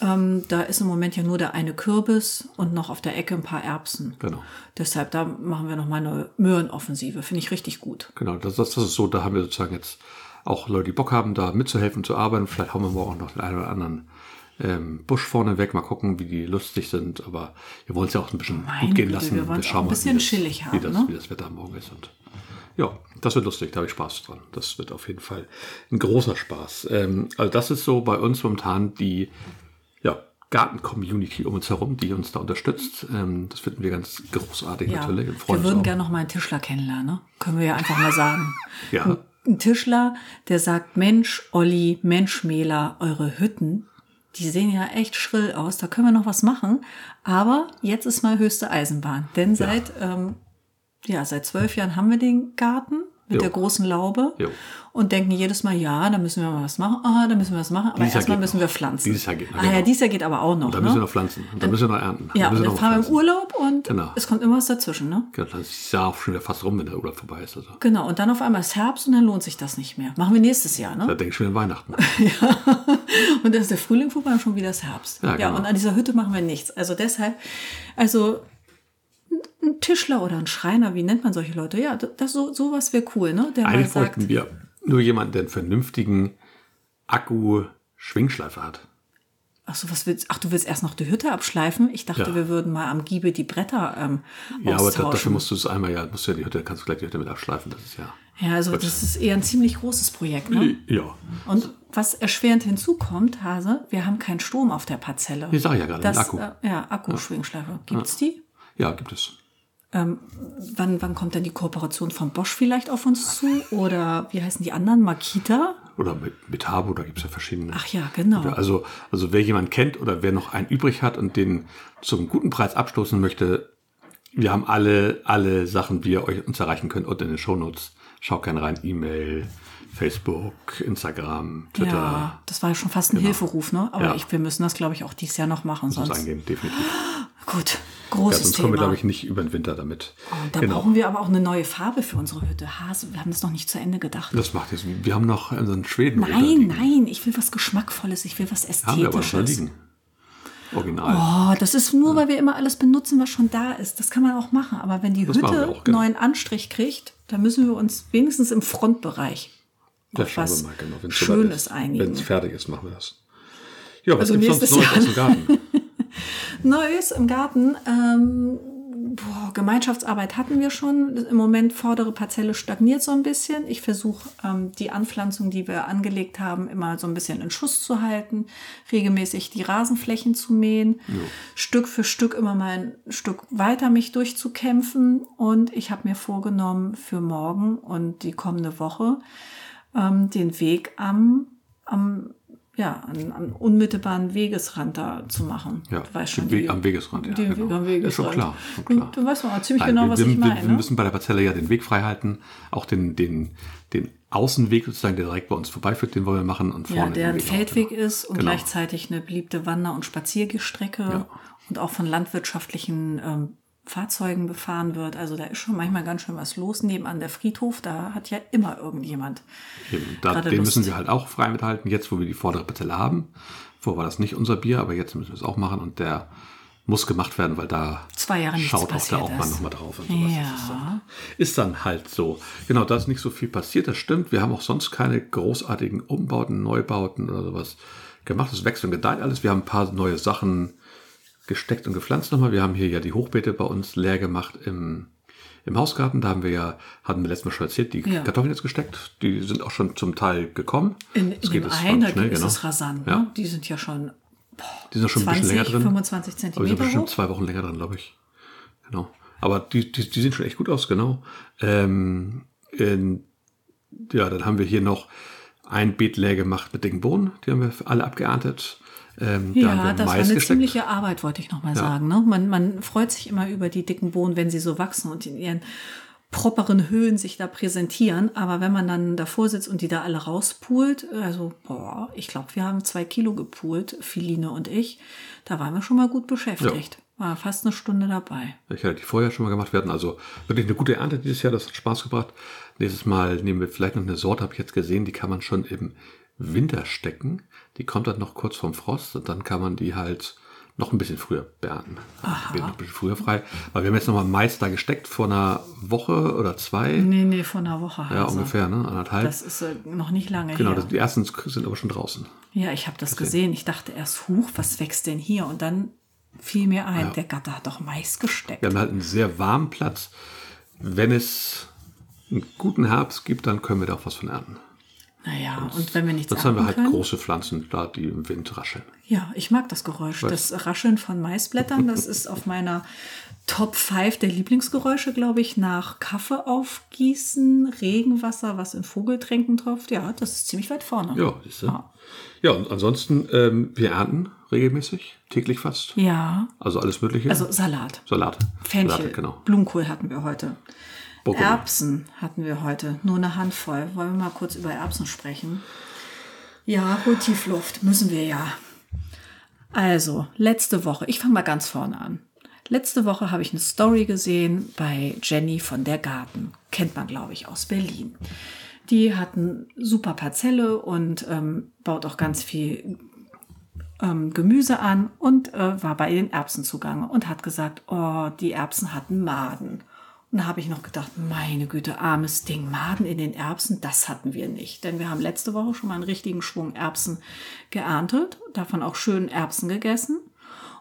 Speaker 4: Ähm, da ist im Moment ja nur der eine Kürbis und noch auf der Ecke ein paar Erbsen.
Speaker 3: Genau.
Speaker 4: Deshalb, da machen wir nochmal eine Möhrenoffensive. Finde ich richtig gut.
Speaker 3: Genau, das, das, das ist so, da haben wir sozusagen jetzt auch Leute, die Bock haben, da mitzuhelfen, zu arbeiten. Vielleicht haben wir morgen auch noch den einen oder anderen ähm, Busch vorne weg. Mal gucken, wie die lustig sind. Aber wir wollen es ja auch ein bisschen
Speaker 4: Meine
Speaker 3: gut gehen
Speaker 4: Güte,
Speaker 3: lassen.
Speaker 4: wir wollen es auch ein
Speaker 3: mal, wie
Speaker 4: bisschen
Speaker 3: das-
Speaker 4: chillig
Speaker 3: wie
Speaker 4: haben,
Speaker 3: das,
Speaker 4: ne?
Speaker 3: wie das Wetter morgen ist. Und ja, das wird lustig, da habe ich Spaß dran. Das wird auf jeden Fall ein großer Spaß. Ähm, also das ist so bei uns momentan die ja, Garten-Community um uns herum, die uns da unterstützt. Ähm, das finden wir ganz großartig
Speaker 4: Ja,
Speaker 3: natürlich. und freuen
Speaker 4: wir
Speaker 3: uns
Speaker 4: würden
Speaker 3: auch.
Speaker 4: gerne nochmal einen Tischler kennenlernen. Ne? Können wir ja einfach mal sagen.
Speaker 3: (laughs) Ja.
Speaker 4: Ein, ein Tischler, der sagt, Mensch, Olli, Mensch, Mela, eure Hütten, die sehen ja echt schrill aus. Da können wir noch was machen. Aber jetzt ist mal höchste Eisenbahn. Denn seit, ja, ähm, ja seit zwölf Jahren haben wir den Garten mit
Speaker 3: Jo.
Speaker 4: der großen Laube.
Speaker 3: Jo.
Speaker 4: Und denken jedes Mal, ja, da müssen wir mal was machen. Ah, da müssen wir was machen. Aber
Speaker 3: Dieses Jahr
Speaker 4: erstmal
Speaker 3: geht
Speaker 4: müssen
Speaker 3: noch.
Speaker 4: wir pflanzen.
Speaker 3: Dieses Jahr geht noch,
Speaker 4: Ah ja,
Speaker 3: genau.
Speaker 4: dieses Jahr geht aber auch noch.
Speaker 3: Da
Speaker 4: ne?
Speaker 3: müssen wir noch pflanzen. Und da müssen wir noch ernten. Da
Speaker 4: ja, und
Speaker 3: müssen
Speaker 4: dann
Speaker 3: noch
Speaker 4: fahren wir im
Speaker 3: pflanzen.
Speaker 4: Urlaub und
Speaker 3: Genau.
Speaker 4: es kommt immer was dazwischen, ne?
Speaker 3: Genau, das ist ja auch schon wieder fast rum, wenn der Urlaub vorbei ist. Also.
Speaker 4: Genau, und dann auf einmal ist Herbst und dann lohnt sich das nicht mehr. Machen wir nächstes Jahr,
Speaker 3: Da
Speaker 4: ne?
Speaker 3: denke ich schon an Weihnachten.
Speaker 4: Und dann ist der Frühling vorbei und schon wieder ist Herbst.
Speaker 3: Ja,
Speaker 4: Ja,
Speaker 3: genau.
Speaker 4: und an dieser Hütte machen wir nichts. Also deshalb, also ein- ein Tischler oder ein Schreiner, wie nennt man solche Leute? Ja, das so sowas wäre cool, ne? Der mal
Speaker 3: Eigentlich
Speaker 4: sagt,
Speaker 3: bräuchten wir nur jemanden, der einen vernünftigen Akku-Schwingschleifer hat.
Speaker 4: ach so, was willst, ach du willst erst noch die Hütte abschleifen? Ich dachte,
Speaker 3: Ja.
Speaker 4: wir würden mal am Giebel die Bretter ähm,
Speaker 3: Ja, aber
Speaker 4: austauschen.
Speaker 3: da, dafür musst du es einmal, ja, musst du ja die Hütte, kannst du gleich die Hütte mit abschleifen. Das ist ja.
Speaker 4: ja, also das ist eher ein ziemlich großes Projekt, ne?
Speaker 3: Ja.
Speaker 4: Und was erschwerend hinzukommt, Hase, wir haben keinen Strom auf der Parzelle.
Speaker 3: Ich sag ja gerade,
Speaker 4: das,
Speaker 3: ein Akku.
Speaker 4: Äh, ja, Akkuschwingschleife. Gibt es die?
Speaker 3: Ja, gibt es.
Speaker 4: Wann, wann kommt denn die Kooperation von Bosch vielleicht auf uns zu? Oder wie heißen die anderen? Makita?
Speaker 3: Oder mit, mit Habo, da gibt es ja verschiedene.
Speaker 4: Ach ja, genau.
Speaker 3: Ja, also, also wer jemanden kennt oder wer noch einen übrig hat und den zum guten Preis abstoßen möchte, wir haben alle, alle Sachen, die ihr euch uns erreichen könnt unten in den Shownotes. Schaut gerne rein, E-Mail, Facebook, Instagram, Twitter. Genau.
Speaker 4: ja, das war ja schon fast ein Hilferuf, ne? Aber
Speaker 3: Ja.
Speaker 4: ich, wir müssen das, glaube ich, auch dieses Jahr noch machen.
Speaker 3: Das
Speaker 4: Sonst.
Speaker 3: angehen, definitiv.
Speaker 4: Gut,
Speaker 3: Ja,
Speaker 4: großes
Speaker 3: sonst kommen wir,
Speaker 4: Thema. Oh,
Speaker 3: glaube ich, nicht über den Winter damit. Genau.
Speaker 4: da brauchen wir aber auch eine neue Farbe für unsere Hütte. Hase, wir haben das noch nicht zu Ende gedacht.
Speaker 3: Das macht jetzt. Wir haben noch unseren Schweden.
Speaker 4: Nein, nein, ich will was Geschmackvolles, ich will was
Speaker 3: Haben wir aber schon
Speaker 4: Ästhetisches.
Speaker 3: liegen. Original.
Speaker 4: Oh, das ist nur, weil wir immer alles benutzen, was schon da ist. Das kann man auch machen. Aber wenn die
Speaker 3: Das machen wir
Speaker 4: Hütte
Speaker 3: auch, genau.
Speaker 4: neuen Anstrich kriegt, dann müssen wir uns wenigstens im Frontbereich
Speaker 3: Da
Speaker 4: auf
Speaker 3: schauen wir
Speaker 4: was
Speaker 3: mal genau, wenn es soweit
Speaker 4: Schönes
Speaker 3: ist.
Speaker 4: einigen.
Speaker 3: Wenn es fertig ist, machen wir das. Ja, was
Speaker 4: Also
Speaker 3: gibt's sonst
Speaker 4: nächstes
Speaker 3: Neues
Speaker 4: Jahr.
Speaker 3: aus dem
Speaker 4: (laughs)
Speaker 3: Garten?
Speaker 4: Neues im Garten. Ähm, boah, Gemeinschaftsarbeit hatten wir schon. Im Moment vordere Parzelle stagniert so ein bisschen. Ich versuche ähm, die Anpflanzung, die wir angelegt haben, immer so ein bisschen in Schuss zu halten, regelmäßig die Rasenflächen zu mähen, Stück für Stück immer mal ein Stück weiter mich durchzukämpfen. Und ich habe mir vorgenommen für morgen und die kommende Woche ähm, den Weg am, am, ja, an, am unmittelbaren Wegesrand da zu machen.
Speaker 3: Ja,
Speaker 4: du weißt
Speaker 3: den
Speaker 4: schon,
Speaker 3: Weg
Speaker 4: die-
Speaker 3: am Wegesrand, ja,
Speaker 4: Den
Speaker 3: genau.
Speaker 4: Weg am
Speaker 3: Ist
Speaker 4: Wegesrand.
Speaker 3: schon klar, schon klar.
Speaker 4: Du, du weißt mal ziemlich
Speaker 3: Nein,
Speaker 4: genau, was
Speaker 3: wir,
Speaker 4: ich
Speaker 3: wir,
Speaker 4: meine.
Speaker 3: Wir müssen bei der Parzelle ja den Weg frei halten. Auch den, den, den Außenweg sozusagen, der direkt bei uns vorbeiführt, den wollen wir machen. Und vorne
Speaker 4: ja, der
Speaker 3: den
Speaker 4: ein
Speaker 3: Weg auch,
Speaker 4: Feldweg
Speaker 3: genau.
Speaker 4: ist und
Speaker 3: Genau.
Speaker 4: gleichzeitig eine beliebte Wander- und Spaziergestrecke
Speaker 3: Ja.
Speaker 4: und auch von landwirtschaftlichen ähm, Fahrzeugen befahren wird. Also da ist schon manchmal ganz schön was los. Nebenan der Friedhof, da hat ja immer irgendjemand.
Speaker 3: genau. Eben, da,
Speaker 4: gerade
Speaker 3: den
Speaker 4: Lust.
Speaker 3: müssen wir halt auch frei mithalten, jetzt wo wir die vordere Parzelle haben. Vorher war das nicht unser Bier, aber jetzt müssen wir es auch machen und der muss gemacht werden, weil da
Speaker 4: Zwei Jahre nichts
Speaker 3: schaut auch der
Speaker 4: passiert
Speaker 3: Obmann
Speaker 4: ist.
Speaker 3: nochmal drauf. Und sowas.
Speaker 4: Ja.
Speaker 3: Das ist, dann, ist dann halt so. Genau, da ist nicht so viel passiert, das stimmt. Wir haben auch sonst keine großartigen Umbauten, Neubauten oder sowas gemacht. Es wächst und gedeiht alles. Wir haben ein paar neue Sachen gesteckt und gepflanzt nochmal. Wir haben hier ja die Hochbeete bei uns leer gemacht im, im Hausgarten. Da haben wir ja, hatten wir letztes Mal schon erzählt, die
Speaker 4: Ja.
Speaker 3: Kartoffeln jetzt gesteckt. Die sind auch schon zum Teil gekommen.
Speaker 4: In, in
Speaker 3: Das
Speaker 4: dem
Speaker 3: jetzt
Speaker 4: einen,
Speaker 3: verdammt
Speaker 4: da ist
Speaker 3: genau.
Speaker 4: es rasant.
Speaker 3: Ja.
Speaker 4: Ne? Die sind ja schon
Speaker 3: Die sind schon ein
Speaker 4: 20,
Speaker 3: bisschen länger drin.
Speaker 4: 25
Speaker 3: Aber die sind
Speaker 4: Zentimeter
Speaker 3: bestimmt
Speaker 4: hoch.
Speaker 3: zwei Wochen länger drin, glaube ich. Genau. Aber die, die, die sehen schon echt gut aus, genau. Ähm, in, ja, dann haben wir hier noch ein Beet leer gemacht mit dicken Bohnen. Die haben wir alle abgeerntet. Ähm, da haben
Speaker 4: Ja,
Speaker 3: wir
Speaker 4: das war
Speaker 3: Mais
Speaker 4: eine
Speaker 3: gesteckt.
Speaker 4: ziemliche Arbeit, wollte ich nochmal mal sagen. Ne? Man, man freut sich immer über die dicken Bohnen, wenn sie so wachsen und in ihren properen Höhen sich da präsentieren. Aber wenn man dann davor sitzt und die da alle rauspult, also boah, ich glaube, wir haben zwei Kilo gepult, Filine und ich. Da waren wir schon mal gut beschäftigt. War fast eine Stunde dabei.
Speaker 3: Ich hatte die vorher schon mal gemacht. Wir hatten also wirklich eine gute Ernte dieses Jahr. Das hat Spaß gebracht. Nächstes Mal nehmen wir vielleicht noch eine Sorte, habe ich jetzt gesehen. Die kann man schon im Winter stecken. Die kommt dann noch kurz vom Frost und dann kann man die halt noch ein bisschen früher beernten. Aha. Noch ein bisschen früher frei. Weil wir haben jetzt nochmal Mais da gesteckt vor einer Woche oder zwei.
Speaker 4: Nee, nee, vor einer Woche.
Speaker 3: Ja,
Speaker 4: Mhm. also.
Speaker 3: ungefähr, ne? Anderthalb.
Speaker 4: Das ist äh, noch nicht lange
Speaker 3: genau,
Speaker 4: her.
Speaker 3: das, die ersten sind aber schon draußen.
Speaker 4: Ja, ich habe das gesehen. Ich dachte erst, huch, was wächst denn hier? Und dann fiel mir ein, der Gatter hat doch Mais gesteckt.
Speaker 3: Wir haben halt einen sehr warmen Platz. Wenn es einen guten Herbst gibt, dann können wir da auch was von ernten.
Speaker 4: Naja, und wenn wir nichts
Speaker 3: Sonst haben wir
Speaker 4: ernten
Speaker 3: halt
Speaker 4: können, Ah,
Speaker 3: große Pflanzen da, die im Wind rascheln.
Speaker 4: Ja, ich mag das Geräusch. Das Rascheln von Maisblättern, das ist auf meiner Top 5 der Lieblingsgeräusche, glaube ich, nach Kaffee aufgießen, Regenwasser, was in Vogeltränken tropft. Ja, das ist ziemlich weit vorne.
Speaker 3: Ja, siehst du.
Speaker 4: Ja.
Speaker 3: Ja, und ansonsten, ähm, wir ernten regelmäßig, täglich fast.
Speaker 4: Ja,
Speaker 3: Also alles Mögliche.
Speaker 4: also Salat.
Speaker 3: Salat.
Speaker 4: Fenchel,
Speaker 3: Salate, genau.
Speaker 4: Blumenkohl hatten wir heute.
Speaker 3: Brokkoli.
Speaker 4: Erbsen hatten wir heute, nur eine Handvoll. Wollen wir mal kurz über Erbsen sprechen? Ja, hol Tiefluft, müssen wir ja. Also, letzte Woche, ich fange mal ganz vorne an. Letzte Woche habe ich eine Story gesehen bei Jenny von der Garten. Kennt man, glaube ich, aus Berlin. Die hat eine super Parzelle und ähm, baut auch ganz viel ähm, Gemüse an und äh, war bei den Erbsen zugange und hat gesagt, oh, die Erbsen hatten Maden. Und da habe ich noch gedacht, meine Güte, armes Ding, Maden in den Erbsen, das hatten wir nicht. Denn wir haben letzte Woche schon mal einen richtigen Schwung Erbsen geerntet, davon auch schön Erbsen gegessen.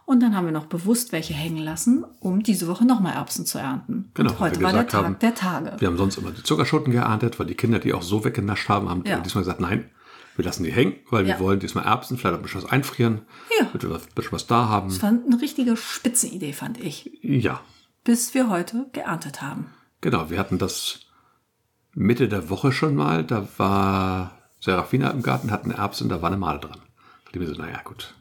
Speaker 4: Und dann haben wir noch bewusst welche hängen lassen, um diese Woche nochmal Erbsen zu ernten.
Speaker 3: Genau,
Speaker 4: und
Speaker 3: weil
Speaker 4: heute
Speaker 3: wir
Speaker 4: war der
Speaker 3: gesagt
Speaker 4: Tag
Speaker 3: haben,
Speaker 4: der Tage.
Speaker 3: Wir haben sonst immer die Zuckerschoten geerntet, weil die Kinder die auch so weggenascht haben, haben
Speaker 4: Ja.
Speaker 3: diesmal gesagt, nein, wir lassen die hängen, weil
Speaker 4: Ja.
Speaker 3: wir wollen diesmal Erbsen, vielleicht auch ein bisschen was einfrieren,
Speaker 4: Ja.
Speaker 3: damit wir was- ein bisschen was da haben.
Speaker 4: Das war eine richtige Spitzenidee, fand ich.
Speaker 3: Ja,
Speaker 4: Bis wir heute geerntet haben.
Speaker 3: Genau, wir hatten das Mitte der Woche schon mal. Da war Serafina im Garten, hat eine Erbsen, da war eine Made dran. Die mir so, naja, gut,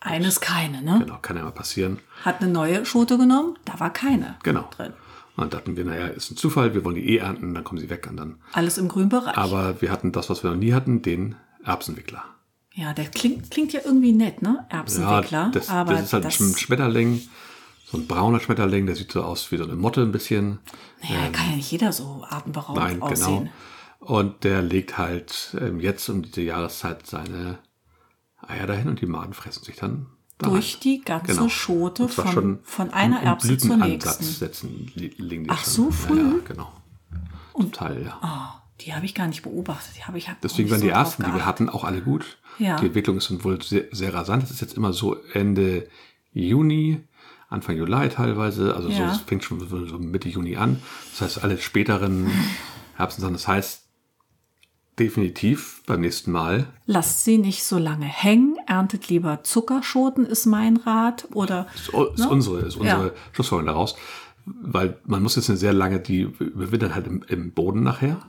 Speaker 4: Eines keine, ne?
Speaker 3: genau, kann ja mal passieren.
Speaker 4: hat eine neue Schote genommen, da war keine
Speaker 3: Genau.
Speaker 4: drin.
Speaker 3: Und dann dachten wir, naja, ist ein Zufall, wir wollen die eh ernten, dann kommen sie weg und dann.
Speaker 4: Alles im grünen Bereich.
Speaker 3: Aber wir hatten das, was wir noch nie hatten, den Erbsenwickler.
Speaker 4: ja, der klingt, klingt ja irgendwie nett, ne? Erbsenwickler.
Speaker 3: das,
Speaker 4: aber
Speaker 3: das ist halt ein Schmetterling, so ein brauner Schmetterling, der sieht so aus wie so eine Motte ein bisschen.
Speaker 4: naja, kann ja nicht jeder so atemberaubend
Speaker 3: ähm, Nein,
Speaker 4: aussehen.
Speaker 3: genau. Und der legt halt ähm, jetzt um diese Jahreszeit seine Eier dahin und die Maden fressen sich dann da
Speaker 4: Durch
Speaker 3: rein.
Speaker 4: die ganze Schote
Speaker 3: Genau. Und zwar
Speaker 4: von- von einer
Speaker 3: im- im
Speaker 4: Erbse zur
Speaker 3: Blütenansatz
Speaker 4: nächsten.
Speaker 3: Setzen, li- liegen die
Speaker 4: Ach,
Speaker 3: schon.
Speaker 4: so
Speaker 3: Ja, ja,
Speaker 4: früh?
Speaker 3: genau. Und Teil, ja.
Speaker 4: Oh, die habe ich gar nicht beobachtet. Die habe ich hab
Speaker 3: Deswegen
Speaker 4: auch
Speaker 3: waren
Speaker 4: nicht
Speaker 3: die
Speaker 4: so drauf
Speaker 3: ersten, die wir
Speaker 4: geachtet.
Speaker 3: hatten, auch alle gut.
Speaker 4: Ja.
Speaker 3: Die Entwicklung ist dann wohl sehr, sehr rasant. Das ist jetzt immer so Ende Juni, Anfang Juli teilweise. Also so,
Speaker 4: Ja.
Speaker 3: das fängt schon so so Mitte Juni an. Das heißt, alle
Speaker 4: (laughs)
Speaker 3: späteren Herbstsachen. Das heißt, definitiv beim nächsten Mal
Speaker 4: Lasst sie nicht so lange hängen. Erntet lieber Zuckerschoten, ist mein Rat. Oder
Speaker 3: Ist, u- ist
Speaker 4: ne?
Speaker 3: unsere, ist unsere
Speaker 4: Ja.
Speaker 3: Schlussfolgerung daraus. Weil man muss jetzt eine sehr lange, die überwintern halt im, im Boden nachher.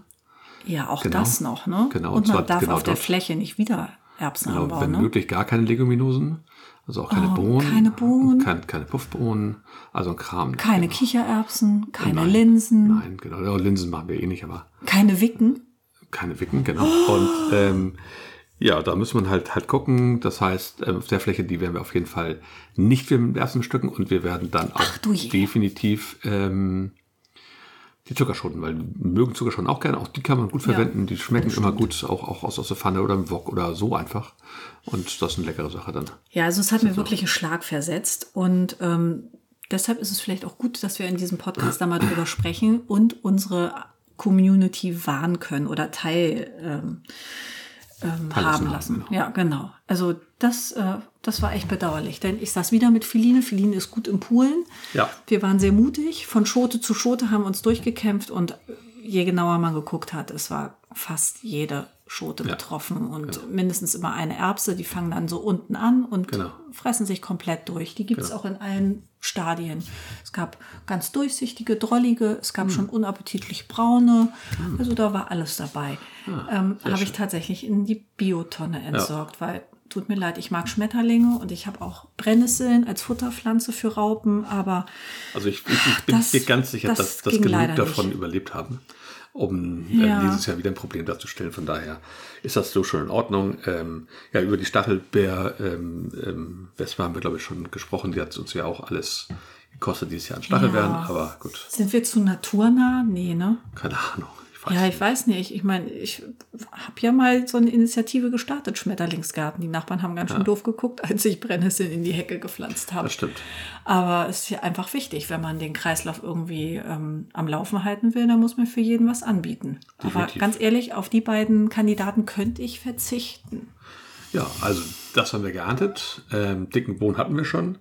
Speaker 4: Ja, auch
Speaker 3: Genau.
Speaker 4: das noch, ne?
Speaker 3: Genau, und
Speaker 4: Und
Speaker 3: zwar
Speaker 4: man darf
Speaker 3: genau
Speaker 4: auf der
Speaker 3: dort.
Speaker 4: Fläche nicht wieder Erbsen
Speaker 3: Genau, wenn
Speaker 4: anbauen, ne?
Speaker 3: möglich gar keine Leguminosen, also auch keine
Speaker 4: Oh,
Speaker 3: Bohnen.
Speaker 4: keine Bohnen.
Speaker 3: Kein, keine Puffbohnen, also ein Kram. nicht,
Speaker 4: Keine
Speaker 3: genau.
Speaker 4: Kichererbsen, keine
Speaker 3: Nein.
Speaker 4: Linsen,
Speaker 3: Nein, genau. Ja, Linsen machen wir eh nicht, aber
Speaker 4: keine Wicken.
Speaker 3: keine Wicken, genau. Und ähm, ja, da muss man halt halt gucken. Das heißt, ähm, auf der Fläche, die werden wir auf jeden Fall nicht mit Erbsen bestücken und wir werden dann auch
Speaker 4: du je.
Speaker 3: definitiv ähm, die Zuckerschoten, weil wir mögen Zuckerschoten auch gerne. Auch die kann man gut verwenden. die schmecken immer gut, auch, auch aus, aus der Pfanne oder im Wok oder so einfach. Und das ist eine leckere Sache dann.
Speaker 4: Ja, also es hat mir wirklich einen Schlag versetzt und ähm, deshalb ist es vielleicht auch gut, dass wir in diesem Podcast da mal drüber sprechen und unsere Community warnen können oder teil ähm, ähm,
Speaker 3: Teil lassen
Speaker 4: haben
Speaker 3: haben,
Speaker 4: lassen.
Speaker 3: genau.
Speaker 4: Ja, genau. Also das, äh, das war echt bedauerlich, denn ich saß wieder mit Feline. Feline ist gut im Poolen.
Speaker 3: Ja.
Speaker 4: Wir waren sehr mutig. Von Schote zu Schote haben uns durchgekämpft und je genauer man geguckt hat, es war fast jede Schote betroffen und mindestens immer eine Erbse. Die fangen dann so unten an und
Speaker 3: Genau.
Speaker 4: fressen sich komplett durch. Die gibt es auch in allen Stadien. Es gab ganz durchsichtige, drollige, es gab schon unappetitlich braune. Also da war alles dabei. ähm, habe ich tatsächlich in die Biotonne entsorgt, weil tut mir leid, ich mag Schmetterlinge und ich habe auch Brennnesseln als Futterpflanze für Raupen, aber
Speaker 3: Also ich, ich, ich bin
Speaker 4: das-
Speaker 3: mir ganz sicher,
Speaker 4: das
Speaker 3: dass, dass
Speaker 4: ging
Speaker 3: genug
Speaker 4: leider
Speaker 3: davon
Speaker 4: nicht.
Speaker 3: überlebt haben, um
Speaker 4: Ja.
Speaker 3: äh, dieses Jahr wieder ein Problem darzustellen. Von daher ist das so schon in Ordnung. Ähm, ja, über die Stachelbeer ähm, ähm, Wespe haben wir, glaube ich, schon gesprochen. Die hat uns ja auch alles gekostet dieses Jahr an Stachelbeeren.
Speaker 4: Ja.
Speaker 3: Aber gut,
Speaker 4: sind wir zu naturnah? Nee, ne?
Speaker 3: keine Ahnung. Ich weiß
Speaker 4: Ja,
Speaker 3: nicht.
Speaker 4: ich weiß nicht. Ich meine, ich habe ja mal so eine Initiative gestartet, Schmetterlingsgarten. Die Nachbarn haben ganz schön doof geguckt, als ich Brennnesseln in die Hecke gepflanzt habe.
Speaker 3: Das stimmt.
Speaker 4: Aber es ist ja einfach wichtig, wenn man den Kreislauf irgendwie ähm, am Laufen halten will, dann muss man für jeden was anbieten. Aber
Speaker 3: Definitiv.
Speaker 4: ganz ehrlich, auf die beiden Kandidaten könnte ich verzichten.
Speaker 3: Ja, also das haben wir geerntet. Ähm, dicken Bohnen hatten wir schon.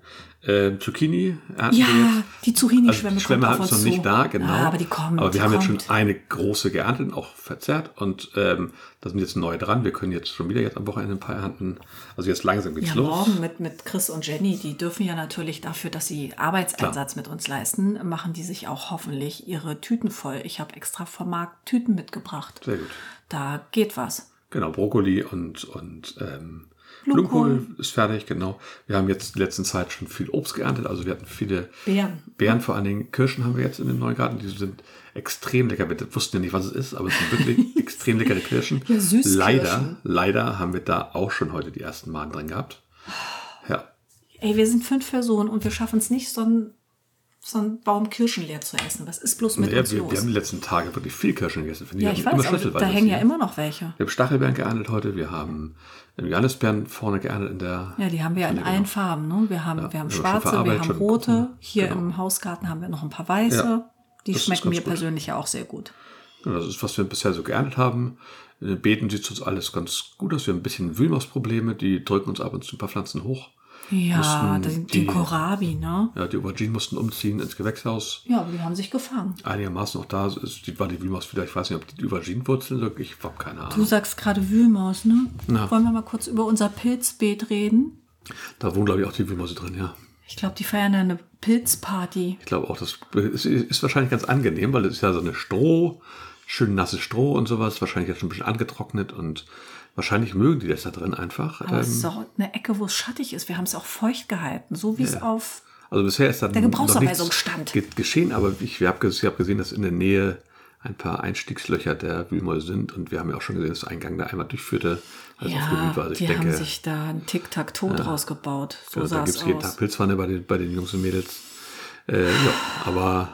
Speaker 3: Ähm, Zucchini ernten
Speaker 4: Ja,
Speaker 3: wir jetzt.
Speaker 4: die Zucchini-Schwemme
Speaker 3: Also die
Speaker 4: kommt
Speaker 3: Schwämme
Speaker 4: auf
Speaker 3: hatten es noch
Speaker 4: uns zu.
Speaker 3: nicht da, genau.
Speaker 4: Ah, aber die kommt,
Speaker 3: Aber wir
Speaker 4: die
Speaker 3: haben jetzt
Speaker 4: kommt.
Speaker 3: schon eine große geerntet, auch verzehrt. Und ähm, da sind jetzt neue dran. Wir können jetzt schon wieder jetzt am Wochenende ein paar ernten. Also jetzt langsam geht's
Speaker 4: Ja,
Speaker 3: los.
Speaker 4: morgen mit, mit Chris und Jenny, die dürfen ja natürlich dafür, dass sie Arbeitseinsatz mit uns leisten, machen die sich auch hoffentlich ihre Tüten voll. Ich habe extra vom Markt Tüten mitgebracht.
Speaker 3: Sehr gut.
Speaker 4: Da geht was.
Speaker 3: Genau, Brokkoli und, und ähm,
Speaker 4: Blumenkohl.
Speaker 3: Blumenkohl ist fertig, genau. Wir haben jetzt in letzter Zeit schon viel Obst geerntet. Also wir hatten viele
Speaker 4: Beeren.
Speaker 3: Beeren, vor allen Dingen Kirschen haben wir jetzt in dem neuen Garten. Die sind extrem lecker. Wir wussten ja nicht, was es ist, aber es sind
Speaker 4: (laughs)
Speaker 3: wirklich extrem leckere Kirschen.
Speaker 4: Ja, Süßkirschen.
Speaker 3: Leider, leider haben wir da auch schon heute die ersten Magen drin gehabt. Ja,
Speaker 4: Ey, wir sind fünf Personen und wir schaffen es nicht, so einen, so einen Baum Kirschen leer zu essen. Was ist bloß mit
Speaker 3: naja,
Speaker 4: uns
Speaker 3: wir,
Speaker 4: los?
Speaker 3: wir haben die letzten Tage wirklich viel Kirschen gegessen. finde
Speaker 4: ja,
Speaker 3: Wir
Speaker 4: ich
Speaker 3: hatten
Speaker 4: weiß, aber
Speaker 3: Schüsselweise
Speaker 4: da hängen
Speaker 3: hier.
Speaker 4: ja immer noch welche.
Speaker 3: Wir haben Stachelbeeren geerntet heute, wir haben Johannisbeeren vorne geerntet in der.
Speaker 4: Ja, die haben wir in
Speaker 3: Pfanne,
Speaker 4: allen Farben. Ne? Wir haben, wir
Speaker 3: genau. ja,
Speaker 4: haben
Speaker 3: also schon
Speaker 4: schwarze, wir
Speaker 3: verarbeitet,
Speaker 4: haben
Speaker 3: schon
Speaker 4: rote.
Speaker 3: gebacken.
Speaker 4: Hier
Speaker 3: Genau.
Speaker 4: im Hausgarten haben wir noch ein paar weiße.
Speaker 3: Ja,
Speaker 4: Die
Speaker 3: das ist
Speaker 4: schmecken
Speaker 3: ganz
Speaker 4: mir
Speaker 3: gut.
Speaker 4: persönlich ja auch sehr gut.
Speaker 3: Genau, das ist, was wir bisher so geerntet haben. In den Beeten sieht uns alles ganz gut aus. Wir haben ein bisschen Wühlmausprobleme, die drücken uns ab und zu ein paar Pflanzen hoch.
Speaker 4: Ja,
Speaker 3: Mussten
Speaker 4: den,
Speaker 3: die-
Speaker 4: den Kohlrabi, ne?
Speaker 3: Ja, die Auberginen mussten umziehen ins Gewächshaus.
Speaker 4: Ja, aber die haben sich gefangen.
Speaker 3: Einigermaßen auch da ist, die, war die Wühlmaus wieder. Ich weiß nicht, ob die die Auberginenwurzeln sind. Ich habe keine
Speaker 4: Du
Speaker 3: Ahnung.
Speaker 4: sagst gerade Wühlmaus, ne?
Speaker 3: Na.
Speaker 4: Wollen wir mal kurz über unser Pilzbeet reden?
Speaker 3: Da wohnen, glaube ich, auch die Wühlmäuse drin, ja.
Speaker 4: Ich glaube, die feiern da eine Pilzparty.
Speaker 3: Ich glaube auch, das ist, ist wahrscheinlich ganz angenehm, weil es ist ja so eine Stroh, schön nasses Stroh und sowas. Wahrscheinlich jetzt schon ein bisschen angetrocknet und wahrscheinlich mögen die das da drin einfach.
Speaker 4: Aber es
Speaker 3: Ähm,
Speaker 4: ist auch eine Ecke, wo es schattig ist. Wir haben es auch feucht gehalten, so wie es auf.
Speaker 3: Also bisher ist dann
Speaker 4: Der Gebrauchsanweisung
Speaker 3: noch nichts
Speaker 4: stand.
Speaker 3: ge- geschehen, aber ich, wir hab, ges- ich habe gesehen, dass in der Nähe ein paar Einstiegslöcher der Wühlmäuse sind und wir haben ja auch schon gesehen, dass der Eingang da einmal durchführte. Also
Speaker 4: Ja,
Speaker 3: aufgewühlt war. Also ich
Speaker 4: die
Speaker 3: denke,
Speaker 4: haben sich da ein Tic-Tac-Toe draus gebaut. So
Speaker 3: also da
Speaker 4: sah
Speaker 3: gibt es
Speaker 4: es
Speaker 3: jeden Tag
Speaker 4: aus.
Speaker 3: Pilzpfanne bei den, bei den Jungs und Mädels. Äh, ja, aber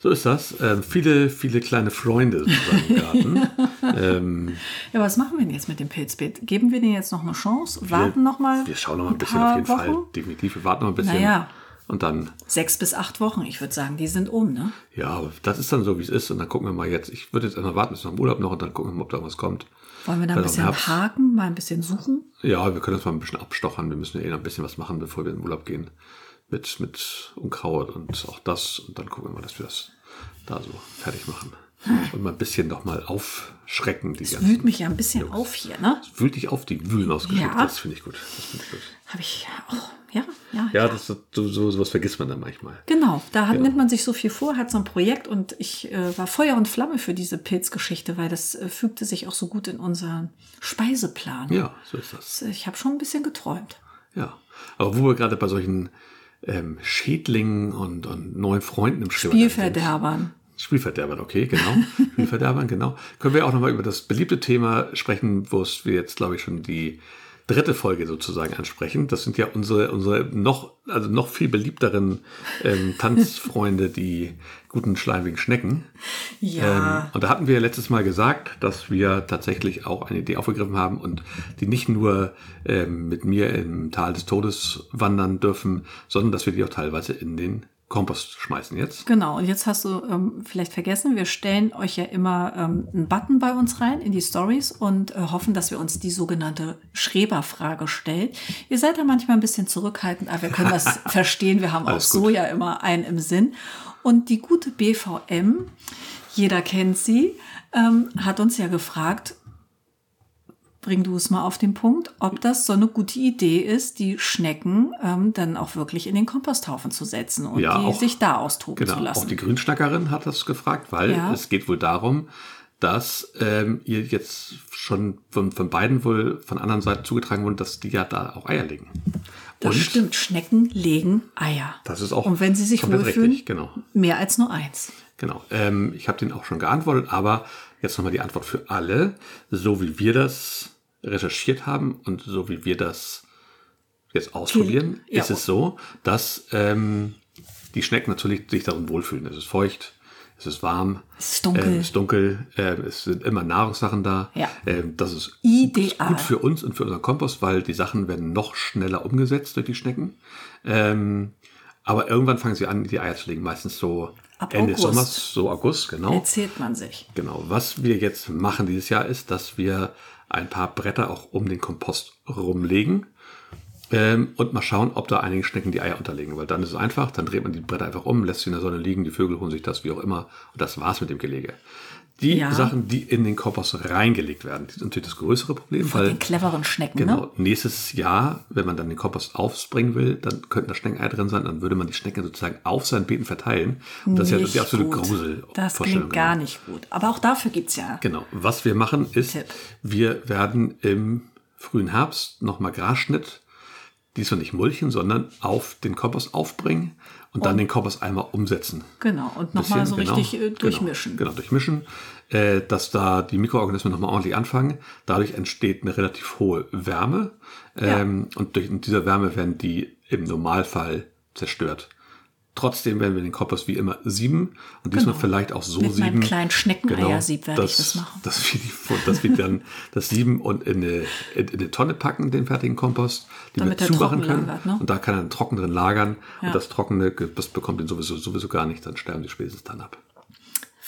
Speaker 3: so ist das. Ähm, viele, viele kleine Freunde sozusagen
Speaker 4: (laughs)
Speaker 3: im Garten. ähm,
Speaker 4: Ja, was machen wir denn jetzt mit dem Pilzbeet? Geben wir denen jetzt noch eine Chance? Warten noch mal?
Speaker 3: wir schauen noch mal ein bisschen
Speaker 4: paar
Speaker 3: auf jeden Fall.
Speaker 4: Wochen?
Speaker 3: Definitiv, wir warten noch ein bisschen.
Speaker 4: Naja.
Speaker 3: Und dann
Speaker 4: Sechs bis acht Wochen, ich würde sagen, die sind um, ne?
Speaker 3: Ja, aber das ist dann so, wie es ist. Und dann gucken wir mal jetzt. Ich würde jetzt erstmal warten bis nach dem Urlaub noch und dann gucken wir mal, ob da was kommt.
Speaker 4: Wollen wir da ein
Speaker 3: Vielleicht
Speaker 4: bisschen
Speaker 3: auch im Herbst.
Speaker 4: haken, mal ein bisschen suchen?
Speaker 3: Ja, wir können uns mal ein bisschen abstochern. Wir müssen ja eh noch ein bisschen was machen, bevor wir in den Urlaub gehen. Mit, mit Unkraut und auch das. Und dann gucken wir mal, dass wir das da so fertig machen. Und mal ein bisschen doch mal aufschrecken. Die
Speaker 4: Das
Speaker 3: ganzen-
Speaker 4: wühlt mich ja ein bisschen auf hier, ne?
Speaker 3: Das wühlt dich auf, die Wühlen ausgedrückt.
Speaker 4: Ja.
Speaker 3: Das finde ich gut. Das finde ich gut.
Speaker 4: Habe ich auch. Ja, ja.
Speaker 3: Ja, das, so, so, sowas vergisst man dann manchmal.
Speaker 4: Genau, da hat, nimmt man sich so viel vor, hat so ein Projekt und ich äh, war Feuer und Flamme für diese Pilzgeschichte, weil das äh, fügte sich auch so gut in unseren Speiseplan.
Speaker 3: Ja, so ist das.
Speaker 4: Das, äh, Ich habe schon ein bisschen geträumt.
Speaker 3: Ja. Aber wo wir gerade bei solchen ähm, Schädlingen und, und neuen Freunden im Schwimmbad
Speaker 4: Spielverderbern.
Speaker 3: sind. Spielverderbern, okay, genau. Spielverderbern, genau. Können wir auch nochmal über das beliebte Thema sprechen, wo es wir jetzt, glaube ich, schon die dritte Folge sozusagen ansprechen. Das sind ja unsere, unsere noch, also noch viel beliebteren ähm, Tanzfreunde, die guten schleimigen Schnecken. Ähm, und da hatten wir letztes Mal gesagt, dass wir tatsächlich auch eine Idee aufgegriffen haben und die nicht nur ähm, mit mir im Tal des Todes wandern dürfen, sondern dass wir die auch teilweise in den Kompost schmeißen jetzt.
Speaker 4: Genau, und jetzt hast du ähm, vielleicht vergessen, wir stellen euch ja immer ähm, einen Button bei uns rein in die Stories und äh, hoffen, dass wir uns die sogenannte Schreberfrage stellen. Ihr seid da manchmal ein bisschen zurückhaltend, aber wir
Speaker 3: (laughs)
Speaker 4: können das verstehen. Wir haben auch
Speaker 3: Alles
Speaker 4: so
Speaker 3: gut.
Speaker 4: ja immer einen im Sinn. Und die gute BVM, jeder kennt sie, ähm, hat uns ja gefragt, bring du es mal auf den Punkt, ob das so eine gute Idee ist, die Schnecken ähm, dann auch wirklich in den Komposthaufen zu setzen und
Speaker 3: Ja,
Speaker 4: die
Speaker 3: auch-
Speaker 4: sich da austoben zu
Speaker 3: Genau,
Speaker 4: lassen.
Speaker 3: auch die Grünschnackerin hat das gefragt, weil
Speaker 4: Ja.
Speaker 3: es geht wohl darum, dass ähm, ihr jetzt schon von, von beiden wohl von anderen Seiten zugetragen wurden, dass die ja da auch Eier legen.
Speaker 4: das stimmt, Schnecken legen Eier.
Speaker 3: Das ist auch
Speaker 4: und wenn sie sich
Speaker 3: komplett
Speaker 4: wohlfühlen,
Speaker 3: richtig, genau.
Speaker 4: mehr als nur eins.
Speaker 3: Genau. Ähm, ich habe den auch schon geantwortet, aber jetzt nochmal die Antwort für alle. So wie wir das recherchiert haben und so wie wir das jetzt ausprobieren,
Speaker 4: Ja.
Speaker 3: ist es so, dass ähm, die Schnecken natürlich sich darin wohlfühlen. Es ist feucht, es ist warm,
Speaker 4: Es ist dunkel.
Speaker 3: ähm, es, ist dunkel ähm, es sind immer Nahrungssachen da.
Speaker 4: Ja.
Speaker 3: Ähm, das ist
Speaker 4: Ideal.
Speaker 3: gut für uns und für unseren Kompost, weil die Sachen werden noch schneller umgesetzt durch die Schnecken. Ähm, aber irgendwann fangen sie an, die Eier zu legen. Meistens so
Speaker 4: Ab
Speaker 3: Ende
Speaker 4: August.
Speaker 3: des Sommers, so August, genau.
Speaker 4: Erzählt man sich.
Speaker 3: Genau. Was wir jetzt machen dieses Jahr ist, dass wir ein paar Bretter auch um den Kompost rumlegen ähm, und mal schauen, ob da einige Schnecken die Eier unterlegen, weil dann ist es einfach, dann dreht man die Bretter einfach um, lässt sie in der Sonne liegen, die Vögel holen sich das, wie auch immer. Und das war's mit dem Gelege. Die
Speaker 4: Ja.
Speaker 3: Sachen, die in den Kompost reingelegt werden, die sind natürlich das größere Problem,
Speaker 4: Von
Speaker 3: weil
Speaker 4: den cleveren Schnecken, ne?
Speaker 3: Genau. Nächstes Jahr, wenn man dann den Kompost aufspringen will, dann könnten da Schneckenei drin sein, dann würde man die Schnecken sozusagen auf seinen Beeten verteilen. Und das ist ja
Speaker 4: Nicht
Speaker 3: die absolute
Speaker 4: gut.
Speaker 3: Grusel. ne?
Speaker 4: Das klingt gar nicht gut. Aber auch dafür gibt's ja.
Speaker 3: Genau. Was wir machen ist,
Speaker 4: Tipp.
Speaker 3: wir werden im frühen Herbst nochmal Grasschnitt, diesmal nicht mulchen, sondern auf den Kompost aufbringen und, dann den Kompost einmal umsetzen.
Speaker 4: Genau. Und nochmal so
Speaker 3: Bisschen, genau,
Speaker 4: richtig äh,
Speaker 3: genau,
Speaker 4: durchmischen.
Speaker 3: Genau, durchmischen, äh, dass da die Mikroorganismen nochmal ordentlich anfangen. Dadurch entsteht eine relativ hohe Wärme ähm, und durch in dieser Wärme werden die im Normalfall zerstört. Trotzdem werden wir den Kompost wie immer sieben und diesmal vielleicht auch so
Speaker 4: Genau. Mit meinem
Speaker 3: sieben. Genau,
Speaker 4: kleinen Schneckeneiersieb werde
Speaker 3: dass-
Speaker 4: ich das machen.
Speaker 3: Dass wir, die, dass wir dann das sieben und in eine, in, in eine Tonne packen, den fertigen Kompost, die
Speaker 4: Damit
Speaker 3: wir
Speaker 4: der
Speaker 3: zumachen
Speaker 4: trocken
Speaker 3: können.
Speaker 4: lagert, ne?
Speaker 3: Und da kann er dann trocken drin lagern
Speaker 4: Ja.
Speaker 3: und das Trockene, ge- das bekommt ihn sowieso, sowieso gar nicht, dann sterben die spätestens dann ab.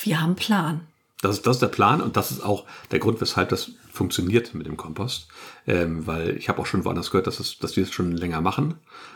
Speaker 4: Wir haben einen Plan.
Speaker 3: Das ist, das ist der Plan und das ist auch der Grund, weshalb das funktioniert mit dem Kompost. Ähm, weil ich habe auch schon woanders gehört, dass, es, dass die das schon länger machen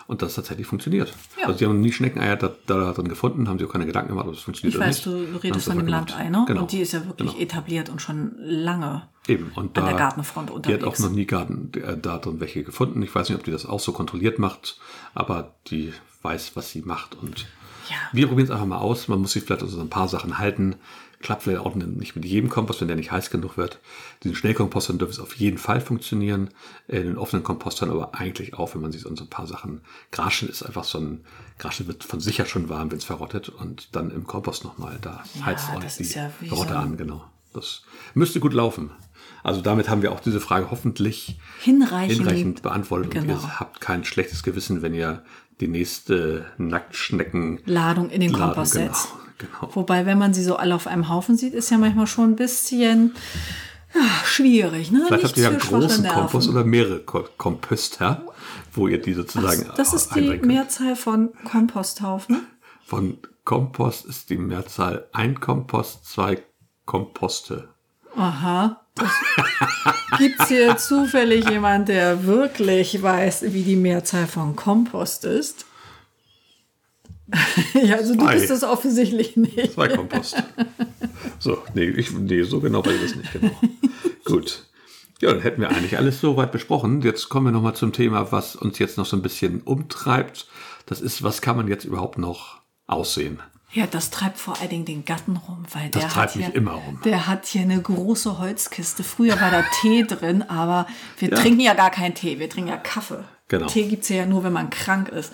Speaker 3: und das tatsächlich funktioniert.
Speaker 4: Ja.
Speaker 3: Also die haben nie Schneckeneier da, da drin gefunden, haben sich auch keine Gedanken gemacht, ob es funktioniert
Speaker 4: Ich
Speaker 3: oder
Speaker 4: weiß,
Speaker 3: nicht.
Speaker 4: du
Speaker 3: Dann haben
Speaker 4: redest
Speaker 3: sie
Speaker 4: von dem
Speaker 3: einfach gemacht.
Speaker 4: Landei, ne?
Speaker 3: Genau.
Speaker 4: Und die ist ja wirklich
Speaker 3: Genau.
Speaker 4: etabliert und schon lange
Speaker 3: Eben. Und
Speaker 4: an
Speaker 3: da,
Speaker 4: der Gartenfront
Speaker 3: Die hat auch
Speaker 4: unterwegs.
Speaker 3: noch nie Garten, äh, da drin welche gefunden. Ich weiß nicht, ob die das auch so kontrolliert macht, aber die weiß, was sie macht. Und
Speaker 4: Ja.
Speaker 3: wir probieren es einfach mal aus. Man muss sich vielleicht also so ein paar Sachen halten. Klappt vielleicht auch nicht mit jedem Kompost, wenn der nicht heiß genug wird. Diesen Schnellkompostern dürfte es auf jeden Fall funktionieren. In den offenen Kompostern aber eigentlich auch, wenn man sich so ein paar Sachen. Graschen ist einfach so ein. Graschen wird von sicher schon warm, wenn es verrottet. Und dann im Kompost nochmal. Da
Speaker 4: Ja,
Speaker 3: heizt auch
Speaker 4: das
Speaker 3: nicht
Speaker 4: ist
Speaker 3: die
Speaker 4: ja wie so
Speaker 3: Rotte
Speaker 4: ein-
Speaker 3: an. Genau. Das müsste gut laufen. Also damit haben wir auch diese Frage hoffentlich
Speaker 4: Hinreichend.
Speaker 3: hinreichend beantwortet
Speaker 4: Genau.
Speaker 3: und ihr habt kein schlechtes Gewissen, wenn ihr die nächste Nacktschnecken
Speaker 4: Ladung in den Kompost
Speaker 3: genau,
Speaker 4: setzt.
Speaker 3: genau.
Speaker 4: Wobei, wenn man sie so alle auf einem Haufen sieht, ist ja manchmal schon ein bisschen ah, schwierig. Ne?
Speaker 3: Vielleicht habt ihr ja einen
Speaker 4: Nicht für schwache
Speaker 3: großen
Speaker 4: Nerven.
Speaker 3: Kompost oder mehrere Ko- Komposter, wo ihr die sozusagen
Speaker 4: Das ist die
Speaker 3: einbringen könnt.
Speaker 4: Mehrzahl von Komposthaufen.
Speaker 3: Von Kompost ist die Mehrzahl ein Kompost, zwei Komposte.
Speaker 4: Aha. Gibt
Speaker 3: (laughs)
Speaker 4: es hier zufällig jemand, der wirklich weiß, wie die Mehrzahl von Kompost ist? (laughs) ja, also du
Speaker 3: Zwei.
Speaker 4: bist das offensichtlich nicht.
Speaker 3: Zwei
Speaker 4: (laughs)
Speaker 3: Kompost. So, nee, ich, nee, so genau weiß ich das nicht genau. Gut. Ja, dann hätten wir eigentlich alles soweit besprochen. Jetzt kommen wir nochmal zum Thema, was uns jetzt noch so ein bisschen umtreibt. Das ist, was kann man jetzt überhaupt noch aussehen?
Speaker 4: Ja, das treibt vor allen Dingen den Gatten rum, weil
Speaker 3: Das
Speaker 4: der
Speaker 3: treibt
Speaker 4: hat
Speaker 3: mich
Speaker 4: hier,
Speaker 3: immer rum.
Speaker 4: Der hat hier eine große Holzkiste. Früher war da
Speaker 3: (laughs)
Speaker 4: Tee drin, aber wir
Speaker 3: Ja.
Speaker 4: trinken ja gar keinen Tee, wir trinken ja Kaffee.
Speaker 3: Genau.
Speaker 4: Tee gibt's ja nur, wenn man krank ist.